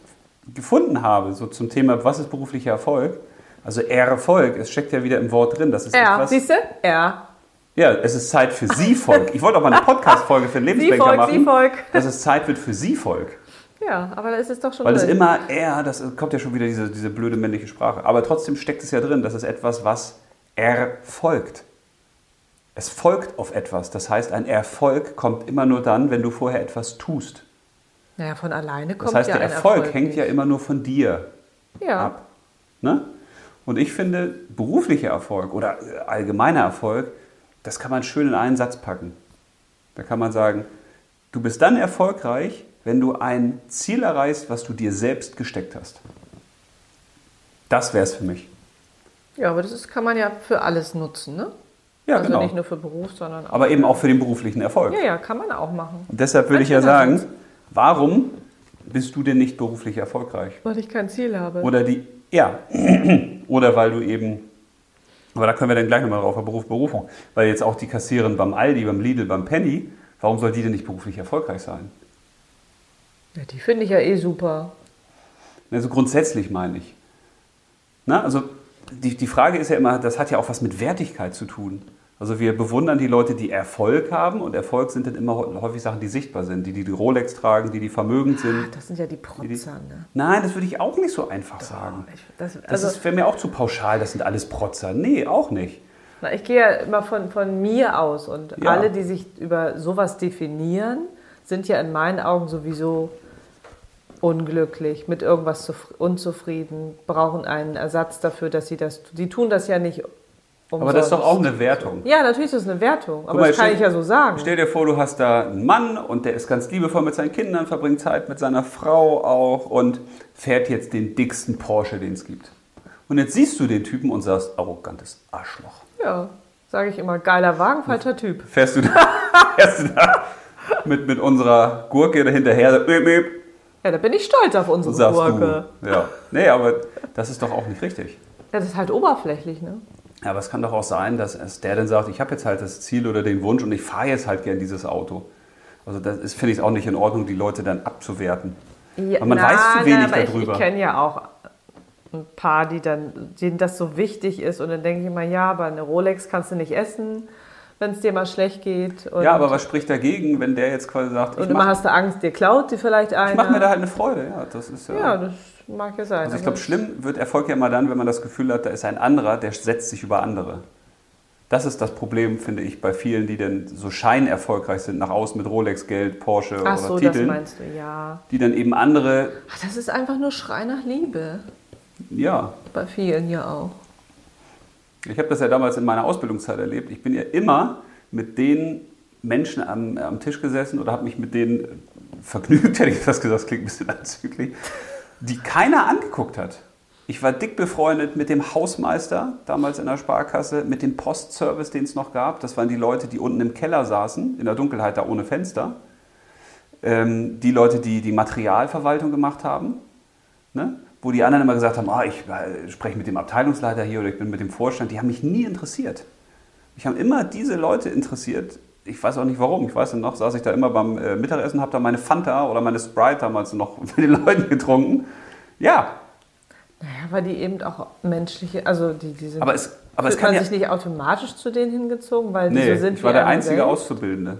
Speaker 1: gefunden habe, so zum Thema, was ist beruflicher Erfolg, also Erfolg, es steckt ja wieder im Wort drin. Das ist
Speaker 2: er,
Speaker 1: etwas,
Speaker 2: siehst du? Er.
Speaker 1: ja, es ist Zeit für Sie-Volk. Ich wollte auch mal eine Podcast-Folge für den Lebensbanker
Speaker 2: <laughs> Sie-Volk,
Speaker 1: machen.
Speaker 2: Sie-Volk.
Speaker 1: Dass es Zeit wird für Sie-Volk.
Speaker 2: Ja, aber da ist es doch schon
Speaker 1: Weil es
Speaker 2: drin.
Speaker 1: immer er, das kommt ja schon wieder diese, diese blöde männliche Sprache. Aber trotzdem steckt es ja drin, das ist etwas, was erfolgt. Es folgt auf etwas. Das heißt, ein Erfolg kommt immer nur dann, wenn du vorher etwas tust.
Speaker 2: naja, von alleine
Speaker 1: Das
Speaker 2: kommt
Speaker 1: heißt,
Speaker 2: ja
Speaker 1: der
Speaker 2: ein
Speaker 1: Erfolg, hängt ja
Speaker 2: nicht.
Speaker 1: immer nur von dir
Speaker 2: ja.
Speaker 1: ab. Ne? Und ich finde, beruflicher Erfolg oder äh, allgemeiner Erfolg, das kann man schön in einen Satz packen. Da kann man sagen, du bist dann erfolgreich, wenn du ein Ziel erreichst, was du dir selbst gesteckt hast. Das wäre es für mich.
Speaker 2: Ja, aber das ist, kann man ja für alles nutzen, ne?
Speaker 1: Ja,
Speaker 2: also
Speaker 1: genau.
Speaker 2: nicht nur für Beruf, sondern auch.
Speaker 1: Aber eben auch für den beruflichen Erfolg.
Speaker 2: Ja, ja, kann man auch machen.
Speaker 1: Und deshalb würde ich ja
Speaker 2: Natürlich.
Speaker 1: sagen, warum bist du denn nicht beruflich erfolgreich?
Speaker 2: Weil ich kein Ziel habe.
Speaker 1: Oder die, ja, <clears throat> oder weil du eben, aber da können wir dann gleich nochmal drauf, Beruf, Berufung, weil jetzt auch die Kassiererin beim Aldi, beim Lidl, beim Penny, warum soll die denn nicht beruflich erfolgreich sein?
Speaker 2: Ja, die finde ich ja eh super.
Speaker 1: Also grundsätzlich meine ich. Na, also die, die Frage ist ja immer, das hat ja auch was mit Wertigkeit zu tun. Also wir bewundern die Leute, die Erfolg haben und Erfolg sind dann immer hau- häufig Sachen, die sichtbar sind, die die, die Rolex tragen, die die vermögend
Speaker 2: Ah,
Speaker 1: sind.
Speaker 2: das sind ja die
Speaker 1: Die,
Speaker 2: Protzer, ne?
Speaker 1: nein, das würde ich auch nicht so einfach sagen.
Speaker 2: Ich, das,
Speaker 1: Das
Speaker 2: also,
Speaker 1: wäre mir auch zu pauschal, das sind alles Protzer. Nee, auch nicht.
Speaker 2: na, ich gehe ja immer von, von mir aus und
Speaker 1: Ja.
Speaker 2: alle, die sich über sowas definieren, sind ja in meinen Augen sowieso unglücklich, mit irgendwas zuf- unzufrieden, brauchen einen Ersatz dafür, dass sie das. Die tun das ja nicht umsonst.
Speaker 1: Aber das ist doch auch eine Wertung.
Speaker 2: Ja, natürlich ist das eine Wertung, aber
Speaker 1: mal,
Speaker 2: das kann
Speaker 1: stell-
Speaker 2: ich ja so sagen.
Speaker 1: Stell dir vor, du hast da einen Mann und der ist ganz liebevoll mit seinen Kindern, verbringt Zeit mit seiner Frau auch und fährt jetzt den dicksten Porsche, den es gibt. Und jetzt siehst du den Typen und sagst, arrogantes Arschloch.
Speaker 2: Ja, sage ich immer, geiler Wagen,
Speaker 1: Hm.
Speaker 2: falscher Typ.
Speaker 1: Fährst du da, <laughs> fährst du da mit, mit unserer Gurke dahinterher so, üb, üb,
Speaker 2: Ja, da bin ich stolz auf unsere
Speaker 1: und sagst
Speaker 2: Gurke.
Speaker 1: du. Ja. Nee, aber das ist doch auch nicht richtig.
Speaker 2: Ja, das ist halt oberflächlich, ne?
Speaker 1: Ja, Aber es kann doch auch sein, dass es der dann sagt, ich habe jetzt halt das Ziel oder den Wunsch und ich fahre jetzt halt gern dieses Auto. Also das ist, finde ich es auch nicht in Ordnung, die Leute dann abzuwerten.
Speaker 2: Ja,
Speaker 1: Aber man
Speaker 2: na,
Speaker 1: weiß zu wenig
Speaker 2: na, aber
Speaker 1: darüber.
Speaker 2: Ich, ich kenne ja auch ein paar, die dann, denen das so wichtig ist. Und dann denke ich immer, ja, aber eine Rolex kannst du nicht essen, wenn es dir mal schlecht geht. Und,
Speaker 1: ja, aber was spricht dagegen, wenn der jetzt quasi sagt, ich
Speaker 2: und immer
Speaker 1: mache
Speaker 2: hast du Angst, dir klaut dir vielleicht einer.
Speaker 1: mach mir da halt eine Freude. Ja, das ist ja.
Speaker 2: ja, das mag ja sein.
Speaker 1: also ich
Speaker 2: aber-
Speaker 1: glaube, schlimm wird Erfolg ja immer dann, wenn man das Gefühl hat, da ist ein anderer, der setzt sich über andere. Das ist das Problem, finde ich, bei vielen, die dann so scheinerfolgreich sind, nach außen mit Rolex, Geld, Porsche
Speaker 2: Ach
Speaker 1: oder
Speaker 2: so, das
Speaker 1: Titeln,
Speaker 2: meinst du, ja.
Speaker 1: die dann eben andere,
Speaker 2: Ach, das ist einfach nur Schrei nach Liebe.
Speaker 1: ja,
Speaker 2: Bei vielen ja auch.
Speaker 1: Ich habe das ja damals in meiner Ausbildungszeit erlebt. Ich bin ja immer mit den Menschen am, am Tisch gesessen oder habe mich mit denen vergnügt, <laughs> hätte ich fast gesagt, das klingt ein bisschen anzüglich, die keiner angeguckt hat. Ich war dick befreundet mit dem Hausmeister damals in der Sparkasse, mit dem Postservice, den es noch gab. Das waren die Leute, die unten im Keller saßen, in der Dunkelheit da ohne Fenster. Ähm, die Leute, die die Materialverwaltung gemacht haben, ne? wo die anderen immer gesagt haben, ah, ich äh, spreche mit dem Abteilungsleiter hier oder ich bin mit dem Vorstand, die haben mich nie interessiert. Mich haben immer diese Leute interessiert. Ich weiß auch nicht warum. Ich weiß noch, saß ich da immer beim äh, Mittagessen, habe da meine Fanta oder meine Sprite damals noch <laughs> mit den Leuten getrunken. Ja,
Speaker 2: Naja, weil die eben auch menschliche, also die, die sind.
Speaker 1: aber es, aber es
Speaker 2: Fühlt
Speaker 1: kann
Speaker 2: man
Speaker 1: ja...
Speaker 2: sich nicht automatisch zu denen hingezogen, weil die
Speaker 1: nee,
Speaker 2: so sind
Speaker 1: ich war
Speaker 2: wie
Speaker 1: der
Speaker 2: einer
Speaker 1: einzige
Speaker 2: selbst?
Speaker 1: Auszubildende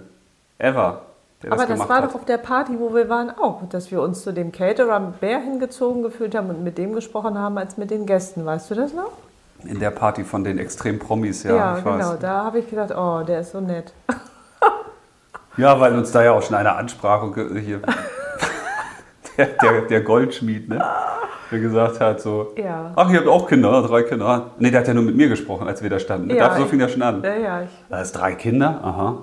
Speaker 1: ever, der
Speaker 2: Aber
Speaker 1: das
Speaker 2: das,
Speaker 1: gemacht
Speaker 2: war
Speaker 1: hat.
Speaker 2: doch auf der Party, wo wir waren, auch, dass wir uns zu dem Caterer Bär hingezogen gefühlt haben und mit dem gesprochen haben, als mit den Gästen. Weißt du das noch?
Speaker 1: In der Party von den Extrem-Promis, ja, ich weiß.
Speaker 2: genau. Da habe ich gedacht, oh, der ist so nett.
Speaker 1: Ja, weil uns da ja auch schon einer ansprach und ge- hier <laughs> der, der, der Goldschmied, ne? Der gesagt hat so,
Speaker 2: Ja.
Speaker 1: ach, ihr habt auch Kinder, drei Kinder. Nee, der hat ja nur mit mir gesprochen, als wir da standen. ne?
Speaker 2: Ja,
Speaker 1: da, so
Speaker 2: ich-
Speaker 1: fing das schon an.
Speaker 2: Naja, ich,
Speaker 1: Da ist drei Kinder, aha.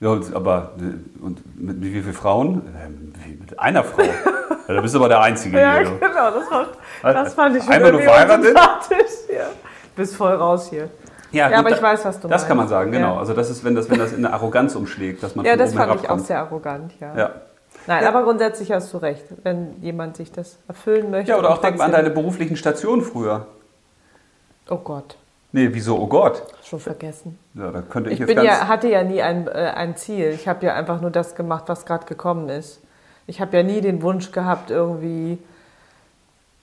Speaker 1: Ja, und, aber äh, und mit wie vielen Frauen? Ähm, wie, mit einer Frau. ja, da bist du aber der Einzige
Speaker 2: ja, <laughs>
Speaker 1: hier. du.
Speaker 2: genau. Das, war, das fand ich
Speaker 1: Einmal nur
Speaker 2: irgendwie
Speaker 1: verheiratet?
Speaker 2: unsympathisch hier. Bist voll raus hier. Ja, aber
Speaker 1: gut,
Speaker 2: ich
Speaker 1: da-
Speaker 2: weiß, was du
Speaker 1: Das kann man
Speaker 2: meinst.
Speaker 1: sagen, genau.
Speaker 2: Ja.
Speaker 1: Also das ist, wenn das, wenn das in eine Arroganz umschlägt, dass man
Speaker 2: Ja,
Speaker 1: von
Speaker 2: das
Speaker 1: oben
Speaker 2: fand ich auch
Speaker 1: herabkommt.
Speaker 2: sehr arrogant, ja.
Speaker 1: Ja.
Speaker 2: Nein,
Speaker 1: Ja.
Speaker 2: aber grundsätzlich hast du recht, wenn jemand sich das erfüllen möchte.
Speaker 1: ja, oder auch denk mal an
Speaker 2: trotzdem-
Speaker 1: deine beruflichen Stationen früher.
Speaker 2: Oh Gott,
Speaker 1: Nee, wieso, oh Gott.
Speaker 2: schon vergessen.
Speaker 1: Ja, da könnte ich,
Speaker 2: Ich
Speaker 1: jetzt
Speaker 2: bin
Speaker 1: ganz...
Speaker 2: ja, hatte ja nie ein, äh, ein Ziel. Ich habe ja einfach nur das gemacht, was gerade gekommen ist. Ich habe ja nie den Wunsch gehabt, irgendwie.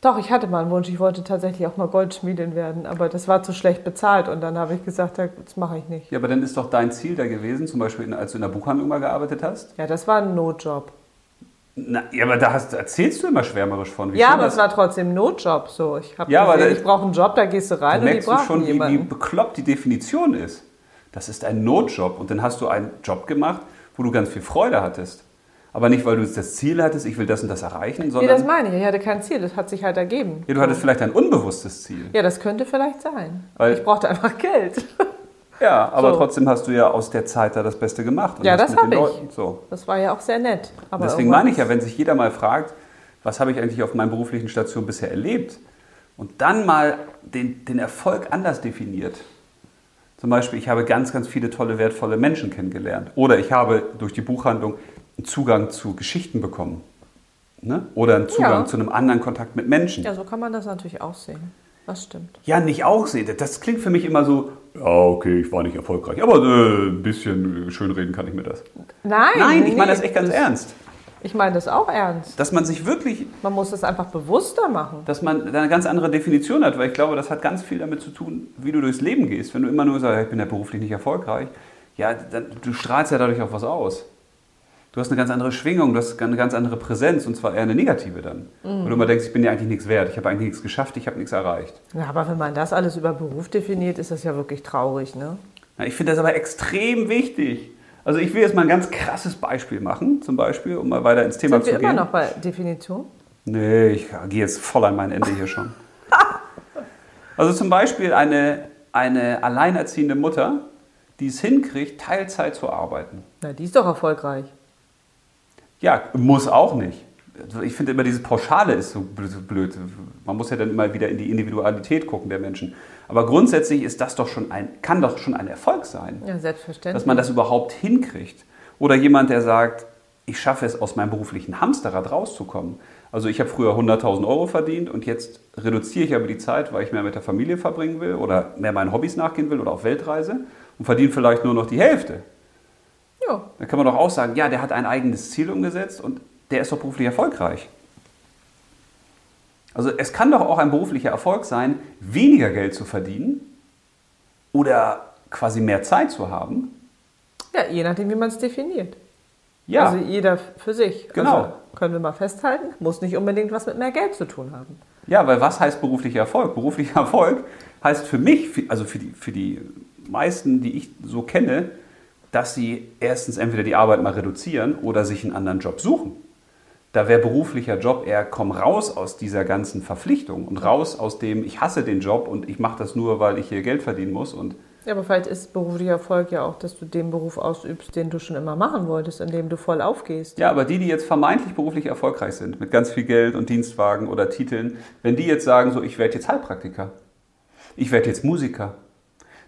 Speaker 2: Doch, ich hatte mal einen Wunsch. Ich wollte tatsächlich auch mal Goldschmiedin werden, aber das war zu schlecht bezahlt. Und dann habe ich gesagt, ja, das mache ich nicht.
Speaker 1: Ja, aber dann ist doch dein Ziel da gewesen, zum Beispiel, in, als du in der Buchhandlung mal gearbeitet hast.
Speaker 2: Ja, das war ein Notjob.
Speaker 1: Na, ja, aber da hast, erzählst du immer schwärmerisch von. Wie
Speaker 2: ja,
Speaker 1: schön
Speaker 2: aber es
Speaker 1: das
Speaker 2: war trotzdem ein Notjob. So, ich habe
Speaker 1: Ja, aber
Speaker 2: gesehen,
Speaker 1: da-
Speaker 2: ich brauche einen Job, da gehst du rein
Speaker 1: Da
Speaker 2: und die
Speaker 1: merkst du
Speaker 2: brauchen
Speaker 1: schon, wie, wie
Speaker 2: jemanden.
Speaker 1: bekloppt die Definition ist. Das ist ein Notjob. Und dann hast du einen Job gemacht, wo du ganz viel Freude hattest. Aber nicht, weil du jetzt das Ziel hattest, ich will das und das erreichen,
Speaker 2: Nee,
Speaker 1: sondern
Speaker 2: das meine ich. Ich hatte kein Ziel. Das hat sich halt ergeben.
Speaker 1: ja, du hattest vielleicht ein unbewusstes Ziel.
Speaker 2: Ja, das könnte vielleicht sein.
Speaker 1: Weil-
Speaker 2: ich brauchte einfach <laughs> Geld.
Speaker 1: Ja, aber
Speaker 2: So.
Speaker 1: trotzdem hast du ja aus der Zeit da das Beste gemacht. und
Speaker 2: Ja,
Speaker 1: hast
Speaker 2: das
Speaker 1: mit den
Speaker 2: hab ich.
Speaker 1: Leuten- So.
Speaker 2: Das war ja auch sehr nett. Aber
Speaker 1: Deswegen
Speaker 2: irgendwann-
Speaker 1: meine ich ja, wenn sich jeder mal fragt, was habe ich eigentlich auf meinen beruflichen Stationen bisher erlebt, und dann mal den, den Erfolg anders definiert. Zum Beispiel, ich habe ganz, ganz viele tolle, wertvolle Menschen kennengelernt. Oder ich habe durch die Buchhandlung einen Zugang zu Geschichten bekommen. Ne? Oder einen Zugang
Speaker 2: Ja.
Speaker 1: zu einem anderen Kontakt mit Menschen.
Speaker 2: Ja, so kann man das natürlich auch sehen. Das stimmt.
Speaker 1: ja nicht auch sehe. Das klingt für mich immer so, ja, okay, ich war nicht erfolgreich, aber äh, ein bisschen schönreden kann ich mir das.
Speaker 2: Nein,
Speaker 1: Nein, ich meine das
Speaker 2: nee.
Speaker 1: echt ganz ernst.
Speaker 2: Ich meine das auch ernst.
Speaker 1: Dass man sich wirklich,
Speaker 2: Man muss das einfach bewusster machen.
Speaker 1: dass man da eine ganz andere Definition hat, weil ich glaube, das hat ganz viel damit zu tun, wie du durchs Leben gehst. Wenn du immer nur sagst, ja, ich bin ja beruflich nicht erfolgreich, ja, dann, du strahlst ja dadurch auch was aus. Du hast eine ganz andere Schwingung, du hast eine ganz andere Präsenz und zwar eher eine negative dann.
Speaker 2: Mhm.
Speaker 1: Weil du immer denkst, ich bin ja eigentlich nichts wert, ich habe eigentlich nichts geschafft, ich habe nichts erreicht.
Speaker 2: Ja, aber wenn man das alles über Beruf definiert, ist das ja wirklich traurig, ne?
Speaker 1: Na, ich finde das aber extrem wichtig. Also ich will jetzt mal ein ganz krasses Beispiel machen, zum Beispiel, um mal weiter ins Thema
Speaker 2: Sind
Speaker 1: zu
Speaker 2: wir immer
Speaker 1: gehen.
Speaker 2: noch bei Definition?
Speaker 1: Nee, ich gehe jetzt voll an mein Ende hier schon. Also zum Beispiel eine, eine alleinerziehende Mutter, die es hinkriegt, Teilzeit zu arbeiten.
Speaker 2: Na, die ist doch erfolgreich.
Speaker 1: Ja, muss auch nicht. Also Ich finde immer, dieses Pauschale ist so bl- so blöd. Man muss ja dann immer wieder in die Individualität gucken der Menschen. Aber grundsätzlich ist das doch schon ein, kann doch schon ein Erfolg sein.
Speaker 2: Ja,
Speaker 1: dass
Speaker 2: selbstverständlich.
Speaker 1: man das überhaupt hinkriegt. Oder jemand, der sagt, ich schaffe es, aus meinem beruflichen Hamsterrad rauszukommen. Also ich habe früher 100.000 Euro verdient und jetzt reduziere ich aber die Zeit, weil ich mehr mit der Familie verbringen will oder mehr meinen Hobbys nachgehen will oder auf Weltreise und verdiene vielleicht nur noch die Hälfte.
Speaker 2: Ja,
Speaker 1: Da kann man doch auch sagen, ja, der hat ein eigenes Ziel umgesetzt und der ist doch beruflich erfolgreich. Also es kann doch auch ein beruflicher Erfolg sein, weniger Geld zu verdienen oder quasi mehr Zeit zu haben.
Speaker 2: ja je nachdem, wie man es definiert.
Speaker 1: Ja.
Speaker 2: Also jeder für sich.
Speaker 1: Genau.
Speaker 2: Also können wir mal festhalten, muss nicht unbedingt was mit mehr Geld zu tun haben.
Speaker 1: Ja, weil was heißt beruflicher Erfolg? Beruflicher Erfolg heißt für mich, für- also für die, für die meisten, die ich so kenne, dass sie erstens entweder die Arbeit mal reduzieren oder sich einen anderen Job suchen. Da wäre beruflicher Job eher, komm raus aus dieser ganzen Verpflichtung und raus aus dem, ich hasse den Job und ich mache das nur, weil ich hier Geld verdienen muss. Und
Speaker 2: Ja, aber vielleicht ist beruflicher Erfolg ja auch, dass du den Beruf ausübst, den du schon immer machen wolltest, in dem du voll aufgehst.
Speaker 1: ja, aber die, die jetzt vermeintlich beruflich erfolgreich sind, mit ganz viel Geld und Dienstwagen oder Titeln, wenn die jetzt sagen, so, ich werde jetzt Heilpraktiker, ich werde jetzt Musiker,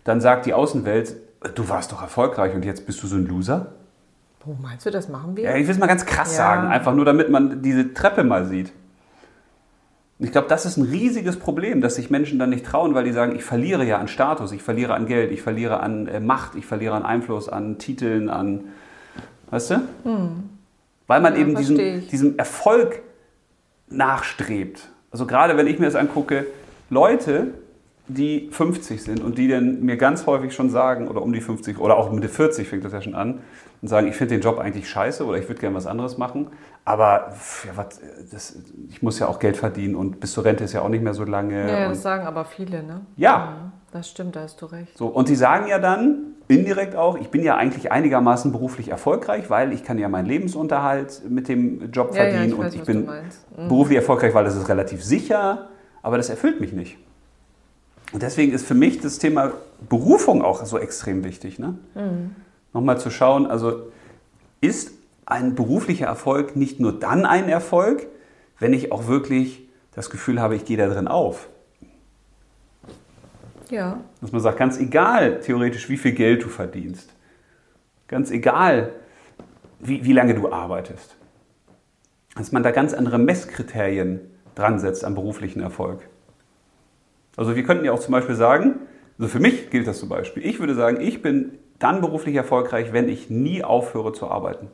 Speaker 1: dann sagt die Außenwelt, du warst doch erfolgreich und jetzt bist du so ein Loser?
Speaker 2: Oh, meinst du, das machen wir?
Speaker 1: Ja, ich will es mal ganz krass
Speaker 2: Ja.
Speaker 1: sagen, einfach nur damit man diese Treppe mal sieht. Und Ich glaube, das ist ein riesiges Problem, dass sich Menschen dann nicht trauen, weil die sagen, ich verliere ja an Status, ich verliere an Geld, ich verliere an äh, Macht, ich verliere an Einfluss, an Titeln, an. Weißt du? Weil man
Speaker 2: Hm. Ja,
Speaker 1: eben diesem,
Speaker 2: versteh ich.
Speaker 1: diesem Erfolg nachstrebt. Also gerade wenn ich mir das angucke, Leute, die 50 sind und die dann mir ganz häufig schon sagen, oder um die 50 oder auch Mitte 40 fängt das ja schon an, und sagen, ich finde den Job eigentlich scheiße oder ich würde gerne was anderes machen, aber pf, ja, was, äh, das, ich muss ja auch Geld verdienen und bis zur Rente ist ja auch nicht mehr so lange.
Speaker 2: Ja, das
Speaker 1: und,
Speaker 2: sagen aber viele, ne?
Speaker 1: ja.
Speaker 2: Das stimmt, da hast du recht.
Speaker 1: So, und die sagen ja dann indirekt auch, ich bin ja eigentlich einigermaßen beruflich erfolgreich, weil ich kann ja meinen Lebensunterhalt mit dem Job
Speaker 2: Ja, ja, ich
Speaker 1: verdienen
Speaker 2: weiß,
Speaker 1: und ich
Speaker 2: was
Speaker 1: bin
Speaker 2: du meinst.
Speaker 1: beruflich erfolgreich, weil das ist relativ sicher, aber das erfüllt mich nicht. Und deswegen ist für mich das Thema Berufung auch so extrem wichtig. Ne? Nochmal zu schauen, also ist ein beruflicher Erfolg nicht nur dann ein Erfolg, wenn ich auch wirklich das Gefühl habe, ich gehe da drin auf.
Speaker 2: Ja.
Speaker 1: Dass man sagt, ganz egal theoretisch, wie viel Geld du verdienst, ganz egal, wie, wie lange du arbeitest, dass man da ganz andere Messkriterien dran setzt am beruflichen Erfolg. Also wir könnten ja auch zum Beispiel sagen, also für mich gilt das zum Beispiel, ich würde sagen, ich bin dann beruflich erfolgreich, wenn ich nie aufhöre zu arbeiten.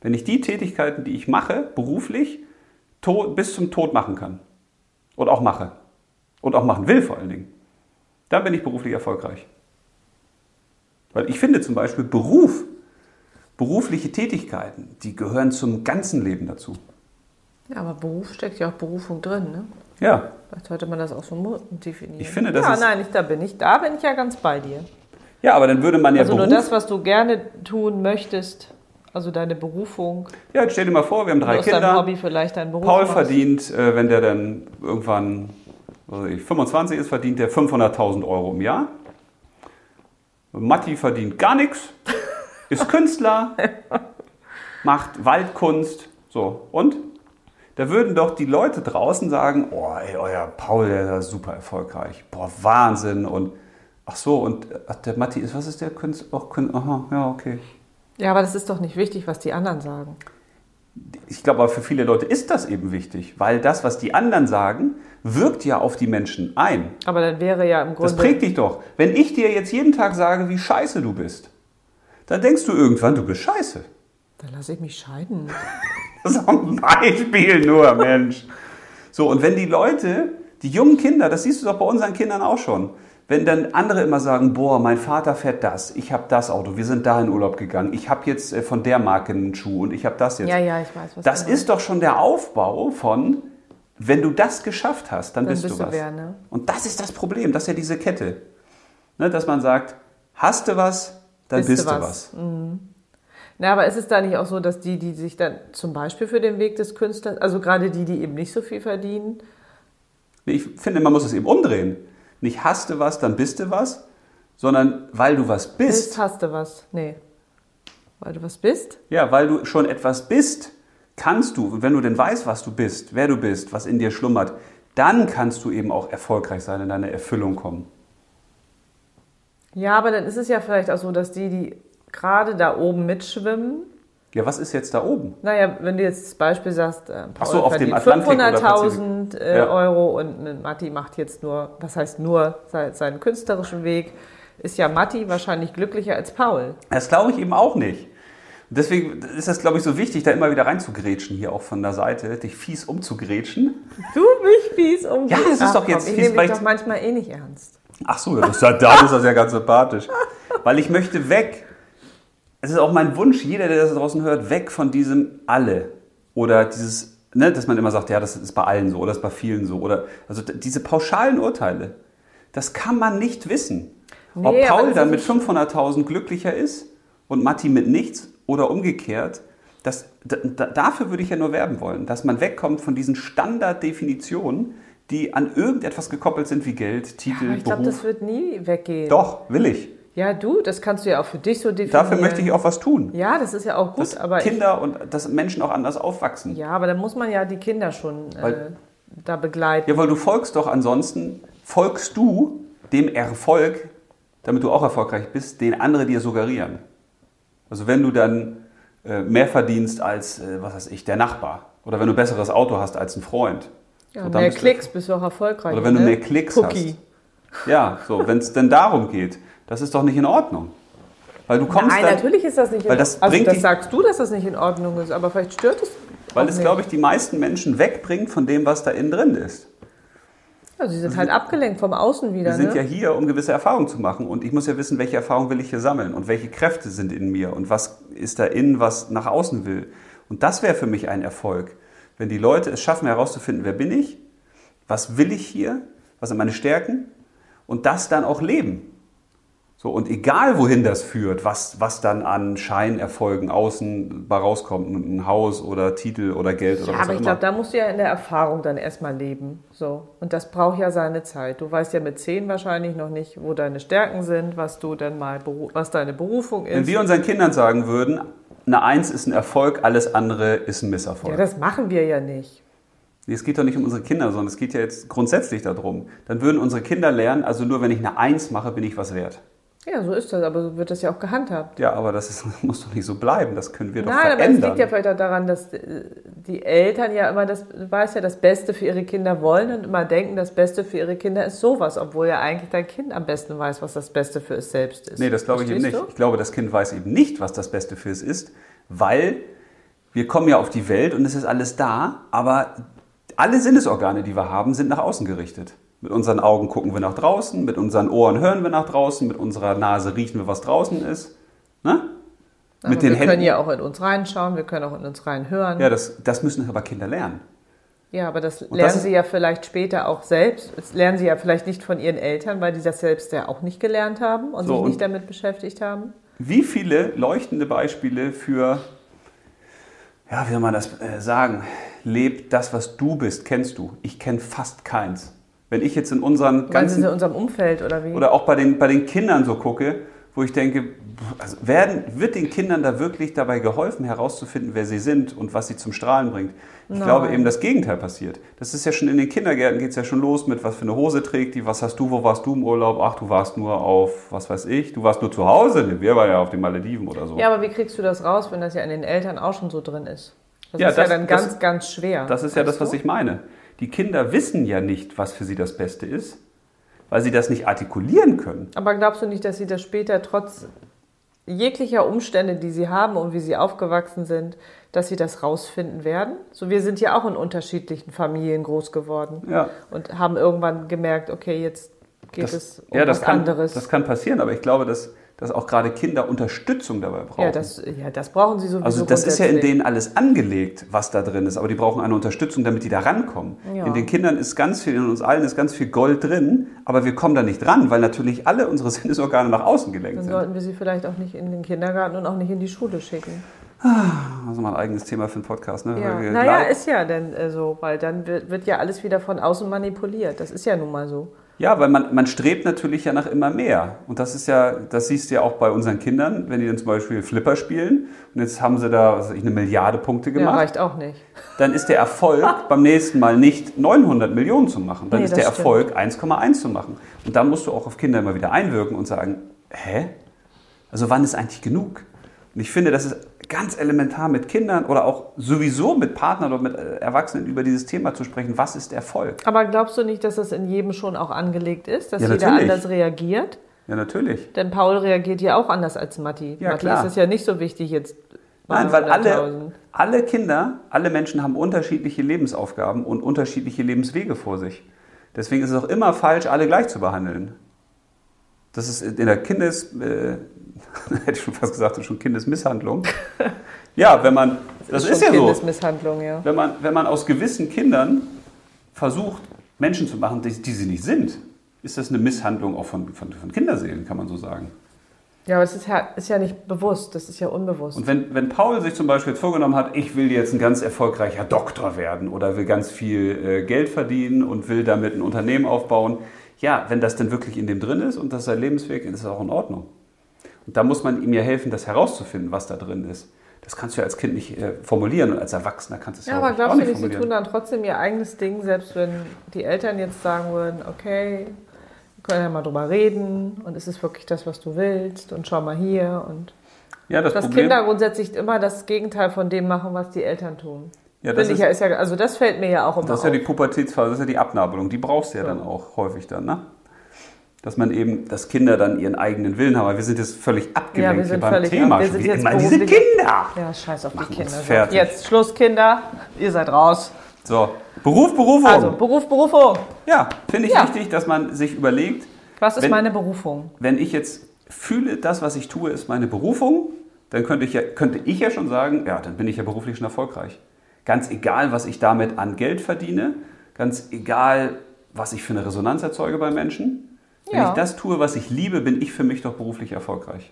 Speaker 1: Wenn ich die Tätigkeiten, die ich mache, beruflich to- bis zum Tod machen kann. Und auch mache. Und auch machen will vor allen Dingen dann bin ich beruflich erfolgreich. Weil ich finde zum Beispiel Beruf, berufliche Tätigkeiten, die gehören zum ganzen Leben dazu.
Speaker 2: ja, aber Beruf steckt ja auch Berufung drin, ne?
Speaker 1: Ja,
Speaker 2: Vielleicht sollte man das auch so mo- definieren.
Speaker 1: Ich finde, das
Speaker 2: Ja,
Speaker 1: ist-
Speaker 2: nein, ich, da bin ich, da bin ich ja ganz bei dir.
Speaker 1: ja aber dann würde man ja
Speaker 2: Also nur
Speaker 1: Beruf...
Speaker 2: das, was du gerne tun möchtest, also deine Berufung,
Speaker 1: ja, jetzt stell dir mal vor, wir haben drei
Speaker 2: aus deinem
Speaker 1: Kinder.
Speaker 2: Hobby vielleicht dein Beruf.
Speaker 1: Paul
Speaker 2: machst.
Speaker 1: verdient, äh, wenn der dann irgendwann was weiß ich, 25 ist, verdient der 500.000 Euro im Jahr. Matti verdient gar nichts, ist Künstler, macht Waldkunst. So, und? Da würden doch die Leute draußen sagen, oh, ey, euer Paul, der ist ja super erfolgreich. Boah, Wahnsinn. Und ach so, und ach, der Matti ist, was ist der Künstler? Auch Künstler, aha, ja, okay.
Speaker 2: Ja, aber das ist doch nicht wichtig, was die anderen sagen.
Speaker 1: Ich glaube aber für viele Leute ist das eben wichtig, weil das, was die anderen sagen, wirkt ja auf die Menschen ein.
Speaker 2: Aber dann wäre ja im Grunde.
Speaker 1: Das prägt dich doch. Wenn ich dir jetzt jeden Tag sage, wie scheiße du bist, dann denkst du irgendwann, du bist scheiße.
Speaker 2: Dann lasse ich mich scheiden.
Speaker 1: <laughs> Das ist auch ein Beispiel nur, Mensch. So, und wenn die Leute, die jungen Kinder, das siehst du doch bei unseren Kindern auch schon, wenn dann andere immer sagen, boah, mein Vater fährt das, ich habe das Auto, wir sind da in Urlaub gegangen, ich habe jetzt äh, von der Marke einen Schuh und ich habe das jetzt.
Speaker 2: Ja, ja, ich weiß, was
Speaker 1: Das
Speaker 2: du meinst.
Speaker 1: ist doch schon der Aufbau von, wenn du das geschafft hast, dann,
Speaker 2: Dann
Speaker 1: bist,
Speaker 2: bist
Speaker 1: du
Speaker 2: du
Speaker 1: was.
Speaker 2: wer, ne?
Speaker 1: Und das ist das Problem, das ist ja diese Kette. Ne, dass man sagt, hast du was, dann bist, du was.
Speaker 2: Na, aber ist es da nicht auch so, dass die, die sich dann zum Beispiel für den Weg des Künstlers, also gerade die, die eben nicht so viel verdienen,
Speaker 1: Nee, Ich finde, man muss es eben umdrehen. Nicht hast du was, dann bist du was, sondern weil du was bist.
Speaker 2: bist, hast du was? Nee. Weil du was bist?
Speaker 1: Ja, weil du schon etwas bist, kannst du, und wenn du denn weißt, was du bist, wer du bist, was in dir schlummert, dann kannst du eben auch erfolgreich sein, in deine Erfüllung kommen.
Speaker 2: Ja, aber dann ist es ja vielleicht auch so, dass die, die gerade da oben mitschwimmen,
Speaker 1: Ja, was ist jetzt da oben?
Speaker 2: naja, wenn du jetzt das Beispiel sagst, äh, Paul
Speaker 1: Ach so, auf dem
Speaker 2: verdient
Speaker 1: Atlantik oder
Speaker 2: 500.000 äh,
Speaker 1: Ja.
Speaker 2: Euro und ein Matti macht jetzt nur, was heißt nur, se- seinen künstlerischen Weg, ist ja Matti wahrscheinlich glücklicher als Paul.
Speaker 1: Das glaube ich eben auch nicht. Und Deswegen ist das, glaube ich, so wichtig, da immer wieder reinzugrätschen, hier auch von der Seite, dich fies umzugrätschen.
Speaker 2: Du mich fies um.
Speaker 1: Ja, das ist
Speaker 2: Ach,
Speaker 1: doch jetzt fies,
Speaker 2: komm, Ich nehme dich
Speaker 1: weil ich-
Speaker 2: doch manchmal eh nicht ernst.
Speaker 1: Ach so, ja, das ist ja, da ist das ja ganz sympathisch. Weil ich möchte weg. Es ist auch mein Wunsch, jeder, der das da draußen hört, weg von diesem alle. Oder dieses, ne, dass man immer sagt, ja, das ist bei allen so oder das ist bei vielen so. Oder, also d- diese pauschalen Urteile, das kann man nicht wissen. Ob
Speaker 2: Nee, aber
Speaker 1: Paul
Speaker 2: das
Speaker 1: dann
Speaker 2: ist
Speaker 1: mit
Speaker 2: nicht-
Speaker 1: 500.000 glücklicher ist und Matti mit nichts oder umgekehrt, das, d- d- dafür würde ich ja nur werben wollen, dass man wegkommt von diesen Standarddefinitionen, die an irgendetwas gekoppelt sind, wie Geld, Titel,
Speaker 2: Aber ich glaube,
Speaker 1: Beruf.
Speaker 2: das wird nie weggehen.
Speaker 1: Doch, will ich.
Speaker 2: Ja, du, das kannst du ja auch für dich so definieren.
Speaker 1: Dafür möchte ich auch was tun.
Speaker 2: Ja, das ist ja auch gut,
Speaker 1: Dass
Speaker 2: aber ich,
Speaker 1: Kinder und dass Menschen auch anders aufwachsen. Ja.
Speaker 2: ja, aber dann muss man ja die Kinder schon äh,
Speaker 1: Weil-
Speaker 2: da begleiten.
Speaker 1: weil du folgst doch ansonsten, folgst du dem Erfolg, damit du auch erfolgreich bist, den andere dir suggerieren. Also wenn du dann äh, mehr verdienst als, äh, was weiß ich, der Nachbar. Oder wenn du ein besseres Auto hast als ein Freund.
Speaker 2: Ja,
Speaker 1: So, dann
Speaker 2: mehr
Speaker 1: bist du-
Speaker 2: Klicks bist du auch erfolgreich.
Speaker 1: Oder wenn du
Speaker 2: ne?
Speaker 1: mehr Klicks
Speaker 2: Cookie.
Speaker 1: hast. Ja, so, wenn es denn darum geht. Das ist doch nicht in Ordnung. Weil du kommst
Speaker 2: Nein,
Speaker 1: dann,
Speaker 2: natürlich ist das nicht in
Speaker 1: Weil das
Speaker 2: Also
Speaker 1: bringt
Speaker 2: das
Speaker 1: dich-
Speaker 2: sagst du, dass das nicht in Ordnung ist, aber vielleicht stört es.
Speaker 1: weil
Speaker 2: auch
Speaker 1: es,
Speaker 2: nicht.
Speaker 1: glaube ich, die meisten Menschen wegbringt von dem, was da innen drin ist.
Speaker 2: Ja, sie sind halt abgelenkt vom Außen wieder.
Speaker 1: Wir sind
Speaker 2: ne?
Speaker 1: ja hier, um gewisse Erfahrungen zu machen. Und ich muss ja wissen, welche Erfahrungen will ich hier sammeln und welche Kräfte sind in mir und was ist da innen, was nach außen will. Und das wäre für mich ein Erfolg, wenn die Leute es schaffen herauszufinden, wer bin ich, was will ich hier, was sind meine Stärken und das dann auch leben. So, und egal wohin das führt, was, was dann an Scheinerfolgen außen bei rauskommt, ein Haus oder Titel oder Geld oder
Speaker 2: Ja,
Speaker 1: was
Speaker 2: aber
Speaker 1: auch
Speaker 2: ich
Speaker 1: immer.
Speaker 2: glaube, da musst du ja in der Erfahrung dann erstmal leben. So. Und das braucht ja seine Zeit. Du weißt ja mit zehn wahrscheinlich noch nicht, wo deine Stärken sind, was du dann mal beru- was deine Berufung
Speaker 1: Wenn
Speaker 2: ist.
Speaker 1: wir unseren Kindern sagen würden, eine Eins ist ein Erfolg, alles andere ist ein
Speaker 2: Ja,
Speaker 1: Misserfolg.
Speaker 2: das machen wir ja nicht.
Speaker 1: nee, es geht doch nicht um unsere Kinder, sondern es geht ja jetzt grundsätzlich darum. Dann würden unsere Kinder lernen, also nur wenn ich eine Eins mache, bin ich was wert.
Speaker 2: Ja, so ist das, aber so wird das ja auch gehandhabt.
Speaker 1: Ja, aber das ist, <laughs> muss doch nicht so bleiben. Das können wir doch
Speaker 2: Nein, aber es
Speaker 1: verändern.
Speaker 2: liegt ja vielleicht auch daran, dass äh, die Eltern ja immer das, du weißt ja, das Beste für ihre Kinder wollen und immer denken, das Beste für ihre Kinder ist sowas, obwohl ja eigentlich dein Kind am besten weiß, was das Beste für es selbst ist.
Speaker 1: nee, das glaube ich eben
Speaker 2: Verstehst
Speaker 1: nicht.
Speaker 2: du?
Speaker 1: Ich glaube, das Kind weiß eben nicht, was das Beste für es ist, weil wir kommen ja auf die Welt und es ist alles da, aber alle Sinnesorgane, die wir haben, sind nach außen gerichtet. Mit unseren Augen gucken wir nach draußen, mit unseren Ohren hören wir nach draußen, mit unserer Nase riechen wir, was draußen ist. Ne?
Speaker 2: Aber
Speaker 1: mit den
Speaker 2: wir
Speaker 1: Händen.
Speaker 2: können ja auch in uns reinschauen, wir können auch in uns reinhören.
Speaker 1: Ja, das, das müssen aber Kinder lernen.
Speaker 2: Ja, aber das lernen
Speaker 1: das ist-
Speaker 2: sie ja vielleicht später auch selbst. Das lernen sie ja vielleicht nicht von ihren Eltern, weil die das selbst ja auch nicht gelernt haben und
Speaker 1: So,
Speaker 2: sich
Speaker 1: und-
Speaker 2: nicht damit beschäftigt haben.
Speaker 1: Wie viele leuchtende Beispiele für, ja, wie soll man das äh, sagen, lebt das, was du bist, kennst du. Ich kenne fast keins. Wenn ich jetzt in unseren
Speaker 2: Weil sie
Speaker 1: ganzen
Speaker 2: in unserem Umfeld oder wie?
Speaker 1: oder auch bei den, bei den Kindern so gucke, wo ich denke, also werden, wird den Kindern da wirklich dabei geholfen, herauszufinden, wer sie sind und was sie zum Strahlen bringt? Ich
Speaker 2: Nein.
Speaker 1: glaube eben, das Gegenteil passiert. Das ist ja schon in den Kindergärten, geht es ja schon los mit, was für eine Hose trägt die, was hast du, wo warst du im Urlaub? Ach, du warst nur auf, was weiß ich, du warst nur zu Hause, ne? wir waren ja auf den Malediven oder so.
Speaker 2: Ja, aber wie kriegst du das raus, wenn das ja in den Eltern auch schon so drin ist? Das
Speaker 1: Ja,
Speaker 2: ist
Speaker 1: das-
Speaker 2: ja dann
Speaker 1: das-
Speaker 2: ganz, ganz schwer.
Speaker 1: Das ist ja
Speaker 2: weißt
Speaker 1: das, was
Speaker 2: du?
Speaker 1: ich meine. Die Kinder wissen ja nicht, was für sie das Beste ist, weil sie das nicht artikulieren können.
Speaker 2: Aber glaubst du nicht, dass sie das später trotz jeglicher Umstände, die sie haben und wie sie aufgewachsen sind, dass sie das rausfinden werden? So, wir sind ja auch in unterschiedlichen Familien groß geworden
Speaker 1: Ja.
Speaker 2: und haben irgendwann gemerkt, okay, jetzt geht es um
Speaker 1: ja, das
Speaker 2: was
Speaker 1: kann,
Speaker 2: anderes.
Speaker 1: Das kann passieren, aber ich glaube, dass, dass auch gerade Kinder Unterstützung dabei brauchen.
Speaker 2: ja, das, ja, das brauchen sie sowieso.
Speaker 1: also das ist ja in
Speaker 2: grundsätzlich.
Speaker 1: denen alles angelegt, was da drin ist, aber die brauchen eine Unterstützung, damit die da rankommen.
Speaker 2: Ja.
Speaker 1: In den Kindern ist ganz viel, in uns allen ist ganz viel Gold drin, aber wir kommen da nicht ran, weil natürlich alle unsere <laughs> Sinnesorgane nach außen gelenkt
Speaker 2: Dann
Speaker 1: sind.
Speaker 2: sollten wir sie vielleicht auch nicht in den Kindergarten und auch nicht in die Schule schicken.
Speaker 1: Also mal ein eigenes Thema für einen Podcast. Ne?
Speaker 2: Ja.
Speaker 1: Weil wir
Speaker 2: Naja,
Speaker 1: leid-
Speaker 2: ist ja dann äh, so, weil dann wird, wird ja alles wieder von außen manipuliert. Das ist ja nun mal so.
Speaker 1: Ja, weil man, man strebt natürlich ja nach immer mehr. Und das ist ja, das siehst du ja auch bei unseren Kindern, wenn die dann zum Beispiel Flipper spielen und jetzt haben sie da, was weiß ich, eine Milliarde Punkte
Speaker 2: Ja,
Speaker 1: gemacht,
Speaker 2: reicht auch nicht.
Speaker 1: dann ist der Erfolg beim nächsten Mal nicht 900 Millionen zu machen, dann
Speaker 2: Ah. Nee,
Speaker 1: ist
Speaker 2: das
Speaker 1: der
Speaker 2: stimmt.
Speaker 1: Erfolg 1,1 zu machen. Und dann musst du auch auf Kinder immer wieder einwirken und sagen, hä? Also wann ist eigentlich genug? Und ich finde, das ist ganz elementar mit Kindern oder auch sowieso mit Partnern oder mit äh, Erwachsenen über dieses Thema zu sprechen. Was ist Erfolg?
Speaker 2: Aber glaubst du nicht, dass das in jedem schon auch angelegt ist, dass
Speaker 1: Ja,
Speaker 2: jeder
Speaker 1: natürlich.
Speaker 2: anders reagiert?
Speaker 1: Ja, natürlich.
Speaker 2: Denn Paul reagiert ja auch anders als Matti.
Speaker 1: Ja,
Speaker 2: Matti
Speaker 1: klar.
Speaker 2: ist es ja nicht so wichtig jetzt. bei
Speaker 1: Nein, weil alle,
Speaker 2: 100.000.
Speaker 1: alle Kinder, alle Menschen haben unterschiedliche Lebensaufgaben und unterschiedliche Lebenswege vor sich. Deswegen ist es auch immer falsch, alle gleich zu behandeln. Das ist in der Kindes... Äh, <laughs> hätte ich schon fast gesagt, das ist schon Kindesmisshandlung. ja, wenn man... Das, ist,
Speaker 2: schon
Speaker 1: ja so.
Speaker 2: Kindesmisshandlung, ja.
Speaker 1: Wenn man, wenn man aus gewissen Kindern versucht, Menschen zu machen, die, die sie nicht sind, ist das eine Misshandlung auch von, von, von Kinderseelen, kann man so sagen.
Speaker 2: Ja, aber es ist ja, ist ja nicht bewusst, das ist ja unbewusst.
Speaker 1: Und wenn, wenn Paul sich zum Beispiel jetzt vorgenommen hat, ich will jetzt ein ganz erfolgreicher Doktor werden oder will ganz viel äh, Geld verdienen und will damit ein Unternehmen aufbauen, ja, wenn das denn wirklich in dem drin ist und das ist sein Lebensweg, ist das auch in Ordnung. Und da muss man ihm ja helfen, das herauszufinden, was da drin ist. Das kannst du ja als Kind nicht äh, formulieren und als Erwachsener kannst du es
Speaker 2: ja,
Speaker 1: ja,
Speaker 2: aber
Speaker 1: hoffentlich auch
Speaker 2: glaubst du
Speaker 1: nicht
Speaker 2: nicht, sie tun
Speaker 1: formulieren.
Speaker 2: dann trotzdem ihr eigenes Ding, selbst wenn die Eltern jetzt sagen würden, okay, wir können ja mal drüber reden und ist es wirklich das, was du willst und schau mal hier und
Speaker 1: Ja, das,
Speaker 2: dass
Speaker 1: Problem,
Speaker 2: Kinder grundsätzlich immer das Gegenteil von dem machen, was die Eltern tun.
Speaker 1: ja, das, ist,
Speaker 2: Finde ich ja, ist ja, also das fällt mir ja auch immer
Speaker 1: das ist ja
Speaker 2: auf.
Speaker 1: die Pubertätsphase, das ist ja die Abnabelung, die brauchst du ja
Speaker 2: So.
Speaker 1: dann auch häufig dann, ne? Dass man eben, dass Kinder dann ihren eigenen Willen haben. Aber wir sind jetzt völlig abgelenkt
Speaker 2: wir
Speaker 1: hier
Speaker 2: sind
Speaker 1: beim
Speaker 2: völlig
Speaker 1: Thema.
Speaker 2: ab- wir
Speaker 1: schon
Speaker 2: sind
Speaker 1: wieder
Speaker 2: jetzt
Speaker 1: immer diese
Speaker 2: beruflich-
Speaker 1: Kinder.
Speaker 2: ja, scheiß auf die
Speaker 1: Machen
Speaker 2: Kinder.
Speaker 1: uns
Speaker 2: So,
Speaker 1: fertig.
Speaker 2: Jetzt Schluss, Kinder. Ihr seid raus.
Speaker 1: So, Beruf, Berufung.
Speaker 2: Also, Beruf, Berufung.
Speaker 1: ja, finde ich
Speaker 2: Ja.
Speaker 1: wichtig, dass man sich überlegt,
Speaker 2: Was ist
Speaker 1: Wenn-
Speaker 2: meine Berufung?
Speaker 1: wenn ich jetzt fühle, das, was ich tue, ist meine Berufung, dann könnte ich ja, könnte ich ja schon sagen, ja, dann bin ich ja beruflich schon erfolgreich. Ganz egal, was ich damit an Geld verdiene, ganz egal, was ich für eine Resonanz erzeuge bei Menschen. Wenn
Speaker 2: Ja.
Speaker 1: ich das tue, was ich liebe, bin ich für mich doch beruflich erfolgreich.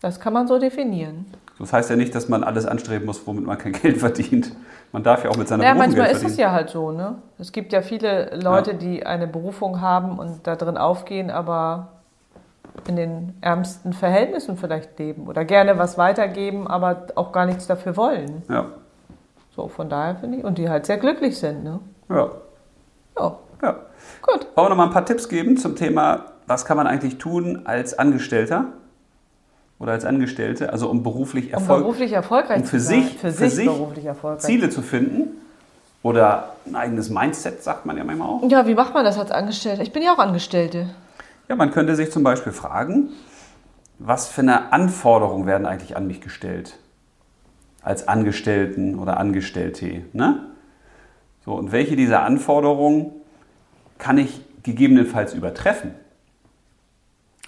Speaker 2: Das kann man so definieren.
Speaker 1: Das heißt ja nicht, dass man alles anstreben muss, womit man kein <laughs> Geld verdient. Man darf ja auch mit seiner
Speaker 2: Naja,
Speaker 1: Berufung
Speaker 2: manchmal
Speaker 1: Geld
Speaker 2: ist
Speaker 1: verdienen.
Speaker 2: es ja halt so, ne? Es gibt ja viele Leute,
Speaker 1: Ja.
Speaker 2: die eine Berufung haben und da drin aufgehen, aber in den ärmsten Verhältnissen vielleicht leben oder gerne was weitergeben, aber auch gar nichts dafür wollen.
Speaker 1: ja.
Speaker 2: So, von daher finde ich. Und die halt sehr glücklich sind, ne?
Speaker 1: Ja,
Speaker 2: Ja,
Speaker 1: ja.
Speaker 2: gut. Um
Speaker 1: Wollen wir noch mal ein paar Tipps geben zum Thema, was kann man eigentlich tun als Angestellter oder als Angestellte, also um beruflich
Speaker 2: Um
Speaker 1: Erfolg,
Speaker 2: beruflich erfolgreich
Speaker 1: um für
Speaker 2: zu sein.
Speaker 1: sich- für
Speaker 2: für, sich,
Speaker 1: sich
Speaker 2: beruflich erfolgreich.
Speaker 1: Ziele zu finden oder ein eigenes Mindset, sagt man ja manchmal auch.
Speaker 2: Ja, wie macht man das als Angestellte? Ich bin ja auch Angestellte.
Speaker 1: Ja, man könnte sich zum Beispiel fragen, was für eine Anforderungen werden eigentlich an mich gestellt? Als Angestellten oder Angestellte. Ne? So, und welche dieser Anforderungen kann ich gegebenenfalls übertreffen?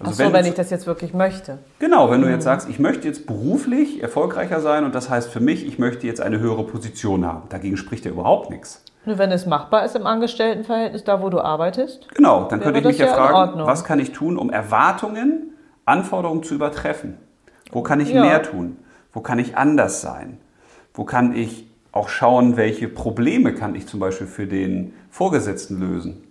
Speaker 2: Ach
Speaker 1: Also
Speaker 2: so, wenn,
Speaker 1: du
Speaker 2: ich Mhm. das jetzt wirklich möchte.
Speaker 1: Genau, wenn du jetzt sagst, ich möchte jetzt beruflich erfolgreicher sein und das heißt für mich, ich möchte jetzt eine höhere Position haben. Dagegen spricht ja überhaupt nichts.
Speaker 2: Nur wenn es machbar ist im Angestelltenverhältnis, da wo du arbeitest.
Speaker 1: Genau, dann
Speaker 2: Wäre
Speaker 1: könnte ich mich
Speaker 2: das
Speaker 1: ja,
Speaker 2: ja in
Speaker 1: fragen,
Speaker 2: Ordnung.
Speaker 1: was kann ich tun, um Erwartungen, Anforderungen zu übertreffen? Wo kann ich
Speaker 2: Ja.
Speaker 1: mehr tun? Wo kann ich anders sein? Wo kann ich auch schauen, welche Probleme kann ich zum Beispiel für den Vorgesetzten lösen?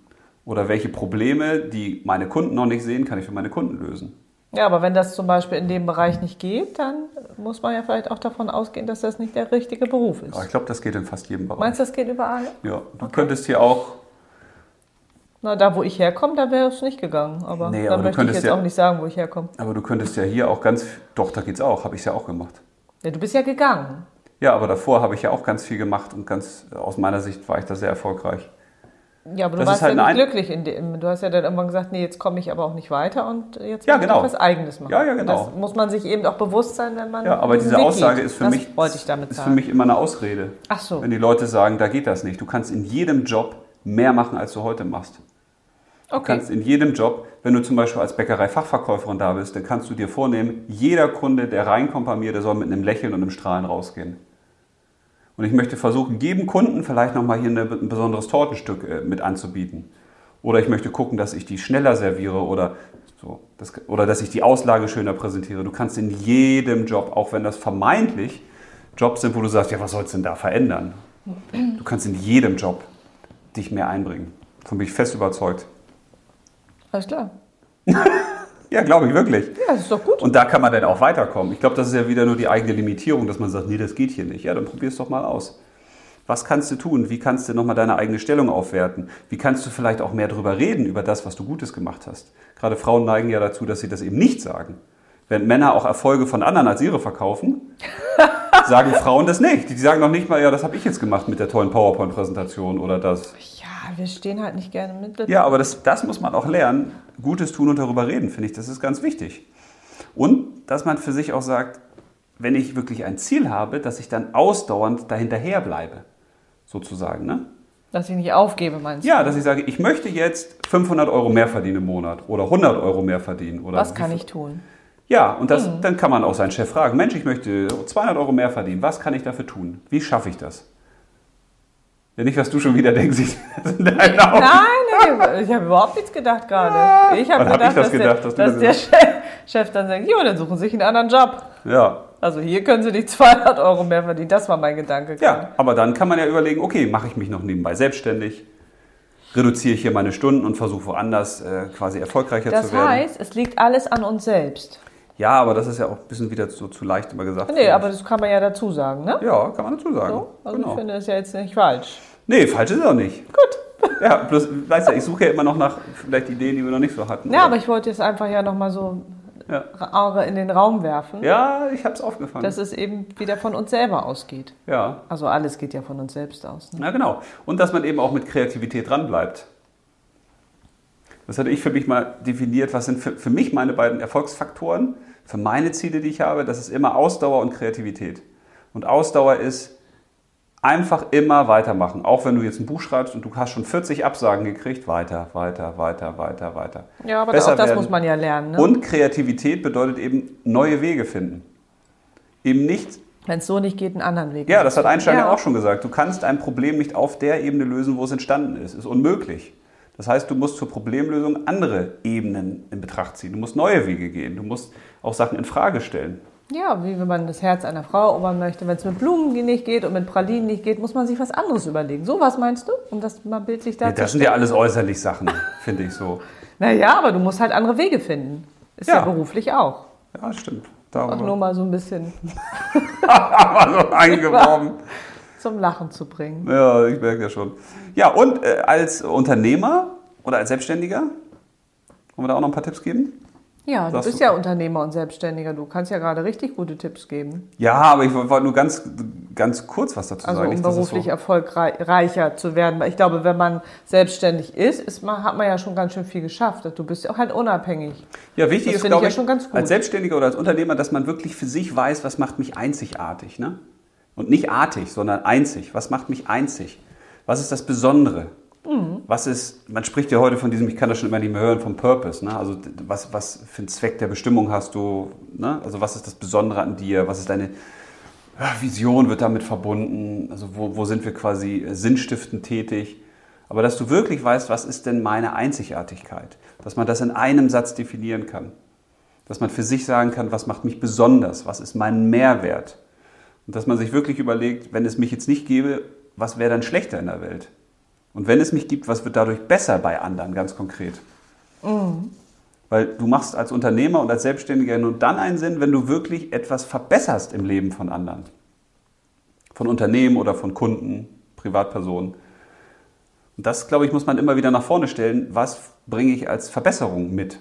Speaker 1: Oder welche Probleme, die meine Kunden noch nicht sehen, kann ich für meine Kunden lösen?
Speaker 2: Ja, aber wenn das zum Beispiel in dem Bereich nicht geht, dann muss man ja vielleicht auch davon ausgehen, dass das nicht der richtige Beruf ist.
Speaker 1: Aber ich glaube, das geht in fast jedem Bereich.
Speaker 2: Meinst du, das geht überall?
Speaker 1: Ja, du könntest hier auch
Speaker 2: Na, da wo ich herkomme, da wäre es nicht gegangen. Aber
Speaker 1: Nee,
Speaker 2: da
Speaker 1: aber du
Speaker 2: möchte ich
Speaker 1: könntest
Speaker 2: jetzt
Speaker 1: ja-
Speaker 2: auch nicht sagen, wo ich herkomme.
Speaker 1: Aber du könntest ja hier auch ganz. Doch, da geht's auch. Habe ich ja auch gemacht.
Speaker 2: Ja, du bist ja gegangen.
Speaker 1: Ja, aber davor habe ich ja auch ganz viel gemacht und ganz aus meiner Sicht war ich da sehr erfolgreich.
Speaker 2: Ja, aber
Speaker 1: Das
Speaker 2: du
Speaker 1: ist
Speaker 2: warst
Speaker 1: halt
Speaker 2: ja
Speaker 1: ein
Speaker 2: nicht glücklich in dem. Du hast ja dann irgendwann gesagt, nee, jetzt komme ich aber auch nicht weiter und jetzt
Speaker 1: Ja,
Speaker 2: muss
Speaker 1: genau.
Speaker 2: ich was Eigenes machen.
Speaker 1: Ja, ja, genau.
Speaker 2: Das muss man sich eben auch bewusst sein, wenn man.
Speaker 1: Ja, aber
Speaker 2: diesen
Speaker 1: diese
Speaker 2: Weg
Speaker 1: Aussage
Speaker 2: geht.
Speaker 1: ist für
Speaker 2: das
Speaker 1: mich
Speaker 2: wollte ich damit
Speaker 1: ist für
Speaker 2: sagen.
Speaker 1: mich immer eine Ausrede.
Speaker 2: Ach so.
Speaker 1: Wenn die Leute sagen, da geht das nicht. Du kannst in jedem Job mehr machen, als du heute machst. Du
Speaker 2: okay.
Speaker 1: kannst in jedem Job, wenn du zum Beispiel als Bäckerei-Fachverkäuferin da bist, dann kannst du dir vornehmen, jeder Kunde, der reinkommt bei mir, der soll mit einem Lächeln und einem Strahlen rausgehen. Und ich möchte versuchen, jedem Kunden vielleicht nochmal hier eine, ein besonderes Tortenstück äh, mit anzubieten. Oder ich möchte gucken, dass ich die schneller serviere oder, so, das, oder dass ich die Auslage schöner präsentiere. Du kannst in jedem Job, auch wenn das vermeintlich Jobs sind, wo du sagst, ja, was soll's denn da verändern? Du kannst in jedem Job dich mehr einbringen. Davon bin ich fest überzeugt.
Speaker 2: Alles klar.
Speaker 1: Ja, glaube ich wirklich.
Speaker 2: Ja, das ist doch gut.
Speaker 1: Und da kann man dann auch weiterkommen. Ich glaube, das ist ja wieder nur die eigene Limitierung, dass man sagt, nee, das geht hier nicht. Ja, dann probier es doch mal aus. Was kannst du tun? Wie kannst du nochmal deine eigene Stellung aufwerten? Wie kannst du vielleicht auch mehr darüber reden, über das, was du Gutes gemacht hast? Gerade Frauen neigen ja dazu, dass sie das eben nicht sagen. Während Männer auch Erfolge von anderen als ihre verkaufen, sagen Frauen das nicht. Die sagen noch nicht mal, ja, das habe ich jetzt gemacht mit der tollen PowerPoint-Präsentation oder das.
Speaker 2: Ja, wir stehen halt nicht gerne im Mittelpunkt.
Speaker 1: Ja, aber das, das muss man auch lernen. Gutes tun und darüber reden, finde ich. Das ist ganz wichtig. Und dass man für sich auch sagt, wenn ich wirklich ein Ziel habe, dass ich dann ausdauernd dahinterher bleibe. Sozusagen, ne?
Speaker 2: Dass ich nicht aufgebe, meinst du?
Speaker 1: Ja, dass ich sage, ich möchte jetzt 500 Euro mehr verdienen im Monat oder 100 Euro mehr verdienen. Oder
Speaker 2: Was
Speaker 1: wie
Speaker 2: kann
Speaker 1: viel-
Speaker 2: ich Mhm. tun?
Speaker 1: Ja, und das, dann kann man auch seinen Chef fragen, Mensch, ich möchte 200 Euro mehr verdienen. Was kann ich dafür tun? Wie schaffe ich das? Ja, nicht, was du schon wieder denkst. Ich, <laughs> in deinen Augen.
Speaker 2: Nein, nee, ich habe überhaupt nichts gedacht gerade. Ich habe
Speaker 1: Ah. Wann hab ich das
Speaker 2: gedacht, dass,
Speaker 1: gedacht,
Speaker 2: der,
Speaker 1: dass du
Speaker 2: dass
Speaker 1: das
Speaker 2: der Chef, Chef dann sagt, jo, dann suchen Sie sich einen anderen Job.
Speaker 1: Ja,
Speaker 2: Also hier können Sie nicht <laughs> 200 Euro mehr verdienen. Das war mein Gedanke.
Speaker 1: Ja, aber dann kann man ja überlegen, okay, mache ich mich noch nebenbei selbstständig, reduziere ich hier meine Stunden und versuche woanders äh, quasi erfolgreicher
Speaker 2: Das
Speaker 1: zu werden.
Speaker 2: heißt, es liegt alles an uns selbst.
Speaker 1: ja, aber das ist ja auch ein bisschen wieder so zu leicht immer gesagt.
Speaker 2: Nee, aber das kann man ja dazu sagen, ne?
Speaker 1: ja, kann man dazu sagen.
Speaker 2: So? Also ich
Speaker 1: genau.
Speaker 2: finde das ja jetzt nicht falsch.
Speaker 1: Nee, falsch ist es auch nicht.
Speaker 2: Gut.
Speaker 1: Ja, bloß, weißt du, ich suche ja immer noch nach vielleicht Ideen, die wir noch nicht so hatten.
Speaker 2: Ja,
Speaker 1: oder-
Speaker 2: aber ich wollte jetzt einfach ja nochmal so
Speaker 1: Ja.
Speaker 2: ra- in den Raum werfen,
Speaker 1: ja, ich habe es aufgefangen.
Speaker 2: dass es eben wieder von uns selber ausgeht.
Speaker 1: ja,
Speaker 2: Also alles geht ja von uns selbst aus. Ne?
Speaker 1: na genau. Und dass man eben auch mit Kreativität dranbleibt. Das hatte ich für mich mal definiert, was sind für, für mich meine beiden Erfolgsfaktoren, für meine Ziele, die ich habe. Das ist immer Ausdauer und Kreativität. Und Ausdauer ist einfach immer weitermachen. Auch wenn du jetzt ein Buch schreibst und du hast schon 40 Absagen gekriegt, weiter, weiter, weiter, weiter, weiter.
Speaker 2: Ja, aber
Speaker 1: Besser
Speaker 2: auch das
Speaker 1: werden.
Speaker 2: muss man ja lernen. Ne?
Speaker 1: Und Kreativität bedeutet eben neue Wege finden. Eben nicht
Speaker 2: Wenn es so nicht geht, einen anderen Weg.
Speaker 1: ja, das hat Einstein ja.
Speaker 2: Ja.
Speaker 1: auch schon gesagt. Du kannst ein Problem nicht auf der Ebene lösen, wo es entstanden ist. Ist unmöglich. Das heißt, du musst zur Problemlösung andere Ebenen in Betracht ziehen. Du musst neue Wege gehen. Du musst auch Sachen in Frage stellen.
Speaker 2: Ja, wie wenn man das Herz einer Frau erobern möchte. Wenn es mit Blumen nicht geht und mit Pralinen nicht geht, muss man sich was anderes überlegen. So was meinst du? Um das mal bildlich
Speaker 1: Ja,
Speaker 2: darzustellen.
Speaker 1: das sind ja alles äußerlich Sachen, <laughs> finde ich so.
Speaker 2: Naja, aber du musst halt andere Wege finden. Ist ja,
Speaker 1: Ja.
Speaker 2: beruflich auch.
Speaker 1: Ja, stimmt.
Speaker 2: Auch nur
Speaker 1: <laughs> Darüber
Speaker 2: mal so ein bisschen
Speaker 1: haben wir so eingeworben.
Speaker 2: zum Lachen zu bringen.
Speaker 1: Ja, ich merke ja schon. Ja, und äh, als Unternehmer oder als Selbstständiger, wollen wir da auch noch ein paar Tipps geben?
Speaker 2: Ja, du
Speaker 1: Das-
Speaker 2: bist ja Unternehmer und Selbstständiger. Du kannst ja gerade richtig gute Tipps geben.
Speaker 1: Ja, aber ich wollte nur ganz, ganz kurz was dazu
Speaker 2: Also
Speaker 1: sagen.
Speaker 2: um
Speaker 1: Nicht, dass es
Speaker 2: beruflich erfolgreicher zu werden. Weil ich glaube, wenn man selbstständig ist, ist man, hat man ja schon ganz schön viel geschafft. Du bist ja auch halt unabhängig.
Speaker 1: Ja, wichtig
Speaker 2: Das
Speaker 1: ist,
Speaker 2: finde ich
Speaker 1: glaube
Speaker 2: ja
Speaker 1: ich,
Speaker 2: schon ganz gut.
Speaker 1: als Selbstständiger oder als Unternehmer, dass man wirklich für sich weiß, was macht mich einzigartig. Ne? Und nicht artig, sondern einzig. Was macht mich einzig? Was ist das Besondere?
Speaker 2: Mhm.
Speaker 1: Was ist, man spricht ja heute von diesem, ich kann das schon immer nicht mehr hören, vom Purpose. Ne? Also d- was, was für einen Zweck der Bestimmung hast du? Ne? Also was ist das Besondere an dir? Was ist deine ja, Ah, Vision wird damit verbunden? Also wo, wo sind wir quasi äh, sinnstiftend tätig? Aber dass du wirklich weißt, was ist denn meine Einzigartigkeit? Dass man das in einem Satz definieren kann. Dass man für sich sagen kann, was macht mich besonders? Was ist mein Mehrwert? Und dass man sich wirklich überlegt, wenn es mich jetzt nicht gäbe, was wäre dann schlechter in der Welt? Und wenn es mich gibt, was wird dadurch besser bei anderen, ganz konkret? Weil du machst als Unternehmer und als Selbstständiger nur dann einen Sinn, wenn du wirklich etwas verbesserst im Leben von anderen. Von Unternehmen oder von Kunden, Privatpersonen. Und das, glaube ich, muss man immer wieder nach vorne stellen. Was bringe ich als Verbesserung mit?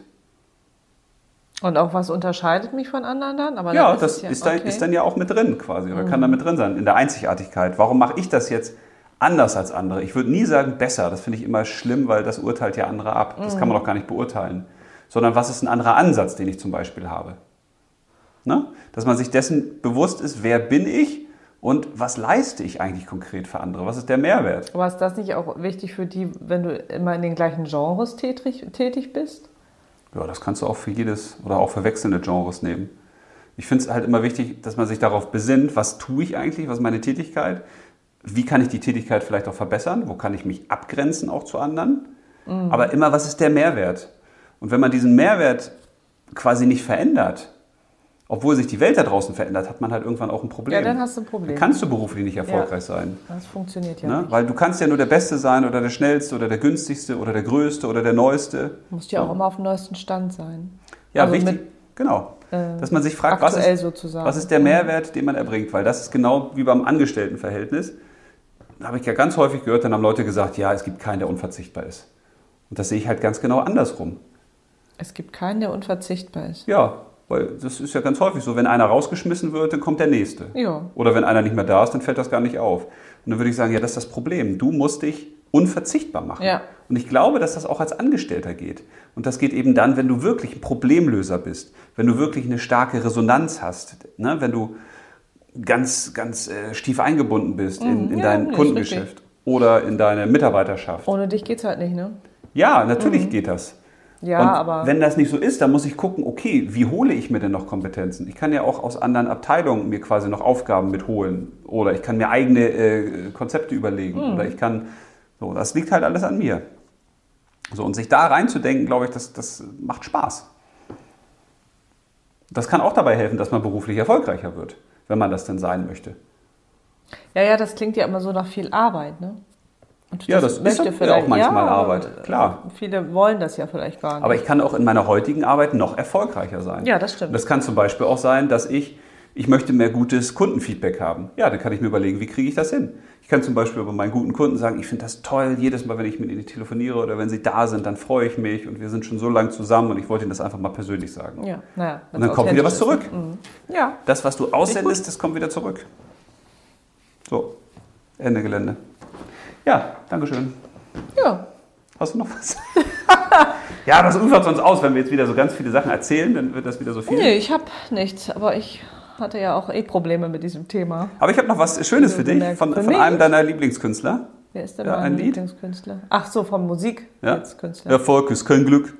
Speaker 2: Und auch was unterscheidet mich von anderen dann? Aber
Speaker 1: ja, Mhm.
Speaker 2: dann
Speaker 1: das
Speaker 2: es
Speaker 1: ist, dann,
Speaker 2: okay.
Speaker 1: ist dann ja auch mit drin quasi oder kann da mit drin sein, in der Einzigartigkeit. Warum mache ich das jetzt anders als andere? Ich würde nie sagen besser, das finde ich immer schlimm, weil das urteilt ja andere ab. Das kann man doch gar nicht beurteilen. Sondern was ist ein anderer Ansatz, den ich zum Beispiel habe? Ne? Dass man sich dessen bewusst ist, wer bin ich und was leiste ich eigentlich konkret für andere? Was ist der Mehrwert?
Speaker 2: Aber ist das nicht auch wichtig für die, wenn du immer in den gleichen Genres tätig, tätig bist?
Speaker 1: Ja, das kannst du auch für jedes oder auch für wechselnde Genres nehmen. Ich finde es halt immer wichtig, dass man sich darauf besinnt, was tue ich eigentlich, was ist meine Tätigkeit, wie kann ich die Tätigkeit vielleicht auch verbessern, wo kann ich mich abgrenzen auch zu anderen,
Speaker 2: Mhm.
Speaker 1: aber immer, was ist der Mehrwert? Und wenn man diesen Mehrwert quasi nicht verändert, obwohl sich die Welt da draußen verändert, hat man halt irgendwann auch ein Problem.
Speaker 2: Ja, dann hast du ein Problem.
Speaker 1: Dann kannst du beruflich nicht erfolgreich sein.
Speaker 2: Das funktioniert ja
Speaker 1: Ne?
Speaker 2: nicht.
Speaker 1: Weil du kannst ja nur der Beste sein oder der Schnellste oder der Günstigste oder der Größte oder der Neueste.
Speaker 2: Du musst ja auch immer auf dem neuesten Stand sein.
Speaker 1: Ja,
Speaker 2: Also
Speaker 1: wichtig.
Speaker 2: mit-
Speaker 1: genau.
Speaker 2: äh,
Speaker 1: Dass man sich fragt, was
Speaker 2: aktuell
Speaker 1: ist,
Speaker 2: sozusagen.
Speaker 1: was ist der Mehrwert, den man erbringt? Weil das ist genau wie beim Angestelltenverhältnis. Da habe ich ja ganz häufig gehört, dann haben Leute gesagt, ja, es gibt keinen, der unverzichtbar ist. Und das sehe ich halt ganz genau andersrum.
Speaker 2: Es gibt keinen, der unverzichtbar ist.
Speaker 1: Ja, weil das ist ja ganz häufig so, wenn einer rausgeschmissen wird, dann kommt der nächste.
Speaker 2: Ja.
Speaker 1: Oder wenn einer nicht mehr da ist, dann fällt das gar nicht auf. Und dann würde ich sagen, ja, das ist das Problem. Du musst dich unverzichtbar machen.
Speaker 2: Ja.
Speaker 1: Und ich glaube, dass das auch als Angestellter geht. Und das geht eben dann, wenn du wirklich ein Problemlöser bist, wenn du wirklich eine starke Resonanz hast, ne? wenn du ganz, ganz äh, stief eingebunden bist in, in
Speaker 2: Mhm. ja,
Speaker 1: dein
Speaker 2: nee, ist
Speaker 1: Kundengeschäft oder in deine Mitarbeiterschaft.
Speaker 2: Ohne dich geht's halt nicht, ne?
Speaker 1: Ja, natürlich
Speaker 2: Mhm.
Speaker 1: geht das.
Speaker 2: Ja,
Speaker 1: Und
Speaker 2: aber
Speaker 1: wenn das nicht so ist, dann muss ich gucken, okay, wie hole ich mir denn noch Kompetenzen? Ich kann ja auch aus anderen Abteilungen mir quasi noch Aufgaben mitholen oder ich kann mir eigene äh, Konzepte überlegen
Speaker 2: Hm.
Speaker 1: oder ich kann, so, das liegt halt alles an mir. So, und sich da reinzudenken, glaube ich, das, das macht Spaß. Das kann auch dabei helfen, dass man beruflich erfolgreicher wird, wenn man das denn sein möchte.
Speaker 2: ja, ja, das klingt ja immer so nach viel Arbeit, ne? Und
Speaker 1: Ja, das ist ja auch manchmal Arbeit, klar.
Speaker 2: äh, Viele wollen das ja vielleicht gar nicht.
Speaker 1: Aber ich kann auch in meiner heutigen Arbeit noch erfolgreicher sein.
Speaker 2: Ja, das stimmt.
Speaker 1: Und Das kann zum Beispiel auch sein, dass ich, ich möchte mehr gutes Kundenfeedback haben. Ja, dann kann ich mir überlegen, wie kriege ich das hin? Ich kann zum Beispiel bei meinen guten Kunden sagen, ich finde das toll, jedes Mal, wenn ich mit ihnen telefoniere oder wenn sie da sind, dann freue ich mich und wir sind schon so lange zusammen und ich wollte ihnen das einfach mal persönlich sagen.
Speaker 2: ja, Mhm. naja,
Speaker 1: und dann kommt wieder was zurück.
Speaker 2: ne? Ja,
Speaker 1: Das, was du aussendest, das kommt wieder zurück. So, Ende Gelände. Ja, Dankeschön.
Speaker 2: ja.
Speaker 1: Hast du noch was? <laughs> ja, das ufert uns aus, wenn wir jetzt wieder so ganz viele Sachen erzählen, dann wird das wieder so viel.
Speaker 2: Nee, ich habe nichts, aber ich hatte ja auch eh Probleme mit diesem Thema.
Speaker 1: Aber ich habe noch was Schönes für dich von,
Speaker 2: Für
Speaker 1: von
Speaker 2: mich?
Speaker 1: einem deiner Lieblingskünstler.
Speaker 2: Wer ist denn
Speaker 1: Ja, ein
Speaker 2: mein
Speaker 1: Lied.
Speaker 2: Lieblingskünstler? Ach so, von Musik
Speaker 1: Ja?
Speaker 2: jetzt Künstler.
Speaker 1: Erfolg ist kein Glück.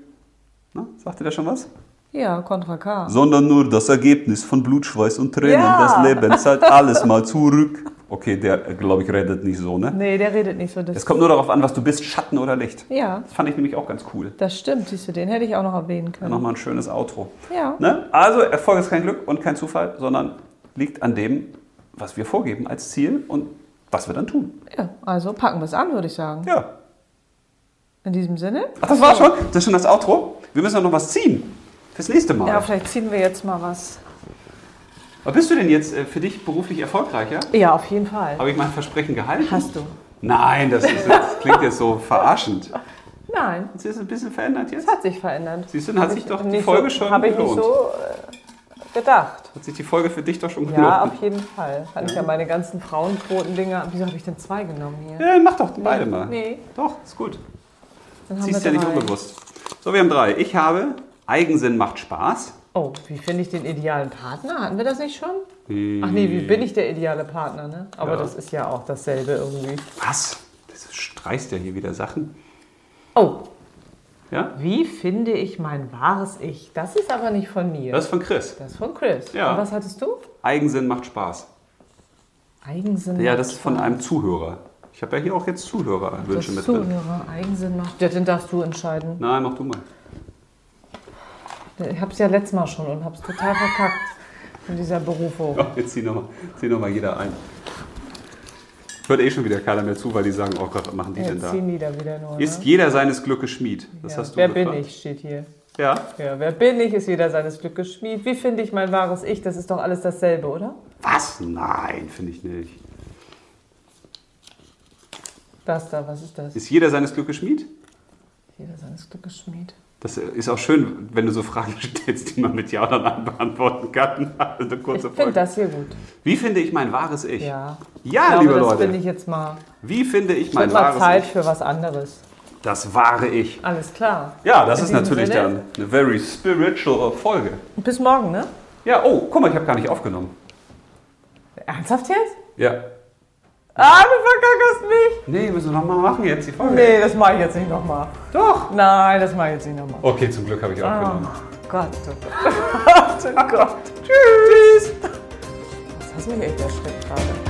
Speaker 1: Na, sagt dir das schon was?
Speaker 2: Ja, Contra K.
Speaker 1: Sondern nur das Ergebnis von Blut, Schweiß und Tränen.
Speaker 2: Ja.
Speaker 1: Das Leben zahlt alles mal zurück. Okay, der, glaube ich, redet nicht so, ne?
Speaker 2: Nee, der redet nicht so. Das
Speaker 1: Es kommt nur darauf an, was du bist, Schatten oder Licht.
Speaker 2: ja,
Speaker 1: Das fand ich nämlich auch ganz cool.
Speaker 2: das stimmt, siehst du, den hätte ich auch noch erwähnen
Speaker 1: Ja,
Speaker 2: können.
Speaker 1: Nochmal ein schönes Outro.
Speaker 2: Ja,
Speaker 1: Ne? Also, Erfolg ist kein Glück und kein Zufall, sondern liegt an dem, was wir vorgeben als Ziel und was wir dann tun.
Speaker 2: ja, also packen wir es an, würde ich sagen.
Speaker 1: Ja.
Speaker 2: In diesem Sinne.
Speaker 1: Ach, das war schon? Das ist schon das Outro? Wir müssen doch noch was ziehen. Fürs nächste Mal.
Speaker 2: Ja, vielleicht ziehen wir jetzt mal was.
Speaker 1: Aber bist du denn jetzt äh, für dich beruflich erfolgreicher?
Speaker 2: Ja, auf jeden Fall.
Speaker 1: Habe ich mein Versprechen gehalten?
Speaker 2: Hast du?
Speaker 1: Nein, das, ist,
Speaker 2: <laughs>
Speaker 1: das klingt jetzt so verarschend.
Speaker 2: Nein,
Speaker 1: Sie ist ein bisschen verändert
Speaker 2: es
Speaker 1: jetzt.
Speaker 2: hat sich verändert.
Speaker 1: Siehst du, dann hat sich doch die Folge schon
Speaker 2: Habe ich nicht
Speaker 1: gelohnt.
Speaker 2: so äh, gedacht.
Speaker 1: Hat sich die Folge für dich doch schon gelohnt.
Speaker 2: Ja, auf jeden Fall. Hatte ich ja meine ganzen Frauenquoten-Dinger. Wieso habe ich denn zwei genommen hier?
Speaker 1: Ja, mach doch beide mal.
Speaker 2: nee.
Speaker 1: Doch, ist gut.
Speaker 2: Dann haben
Speaker 1: Ziehst ja
Speaker 2: wir
Speaker 1: nicht
Speaker 2: drei.
Speaker 1: unbewusst. So, wir haben drei. Ich habe Eigensinn macht Spaß.
Speaker 2: Oh, wie finde ich den idealen Partner? Hatten wir das nicht schon? Ach nee, wie bin ich der ideale Partner, ne? Aber
Speaker 1: Hm. Ja.
Speaker 2: das ist ja auch dasselbe irgendwie.
Speaker 1: Was? Das streichst ja hier wieder Sachen.
Speaker 2: Oh,
Speaker 1: Ja?
Speaker 2: wie finde ich mein wahres Ich? Das ist aber nicht von mir.
Speaker 1: Das ist von Chris.
Speaker 2: Das ist von Chris.
Speaker 1: Ja.
Speaker 2: Und was hattest du?
Speaker 1: Eigensinn macht Spaß.
Speaker 2: Eigensinn.
Speaker 1: Ja,
Speaker 2: macht
Speaker 1: das ist von
Speaker 2: Spaß.
Speaker 1: einem Zuhörer. Ich habe ja hier auch jetzt Zuhörerwünsche mit
Speaker 2: Das
Speaker 1: drin.
Speaker 2: Zuhörer, Eigensinn macht. Ja, den darfst du entscheiden.
Speaker 1: Nein, mach du mal. <laughs>
Speaker 2: Ich hab's ja letztes Mal schon und hab's total verkackt in dieser Berufung.
Speaker 1: Ja, jetzt zieh nochmal zieh noch mal jeder ein. Hört eh schon wieder keiner mehr zu, weil die sagen, oh Gott, was machen die denn
Speaker 2: Jetzt
Speaker 1: da?
Speaker 2: ziehen die da wieder nur.
Speaker 1: Ist
Speaker 2: ne?
Speaker 1: jeder seines Glückes Schmied. Das
Speaker 2: ja.
Speaker 1: hast du
Speaker 2: Wer
Speaker 1: gefragt.
Speaker 2: bin ich, steht hier.
Speaker 1: Ja.
Speaker 2: Ja, wer bin ich, ist jeder seines Glückes Schmied. Wie finde ich mein wahres Ich? Das ist doch alles dasselbe, oder?
Speaker 1: Was? Nein, finde ich nicht.
Speaker 2: Das da, was ist das?
Speaker 1: Ist jeder seines Glückes Schmied?
Speaker 2: Jeder seines Glückes Schmied.
Speaker 1: Das ist auch schön, wenn du so Fragen <laughs> stellst, die man mit Ja oder Nein beantworten kann. <laughs> Also eine
Speaker 2: Ich
Speaker 1: kurze
Speaker 2: finde
Speaker 1: Frage.
Speaker 2: das hier gut.
Speaker 1: Wie finde ich mein wahres Ich?
Speaker 2: Ja.
Speaker 1: Ja,
Speaker 2: ich glaube,
Speaker 1: liebe
Speaker 2: das
Speaker 1: Leute.
Speaker 2: finde ich jetzt mal.
Speaker 1: Wie finde ich mein
Speaker 2: Wird mal
Speaker 1: wahres
Speaker 2: Zeit
Speaker 1: Ich?
Speaker 2: für was anderes.
Speaker 1: Das wahre Ich.
Speaker 2: Alles klar.
Speaker 1: Ja, das
Speaker 2: In
Speaker 1: ist
Speaker 2: diesem
Speaker 1: natürlich
Speaker 2: Sinne.
Speaker 1: dann eine very spiritual Folge.
Speaker 2: Bis morgen, ne?
Speaker 1: Ja, oh, guck mal, ich habe gar nicht aufgenommen.
Speaker 2: Ernsthaft jetzt?
Speaker 1: Ja.
Speaker 2: Ah, du verkackerst mich!
Speaker 1: Nee, müssen wir nochmal machen jetzt die Folge.
Speaker 2: Nee, das mache ich jetzt nicht nochmal.
Speaker 1: Doch.
Speaker 2: Nein, das mache ich jetzt nicht nochmal.
Speaker 1: Okay, zum Glück habe ich aufgenommen.
Speaker 2: Oh Gott, <laughs> oh Gott. oh Gott. Tschüss. Das hast mich echt erschreckt gerade.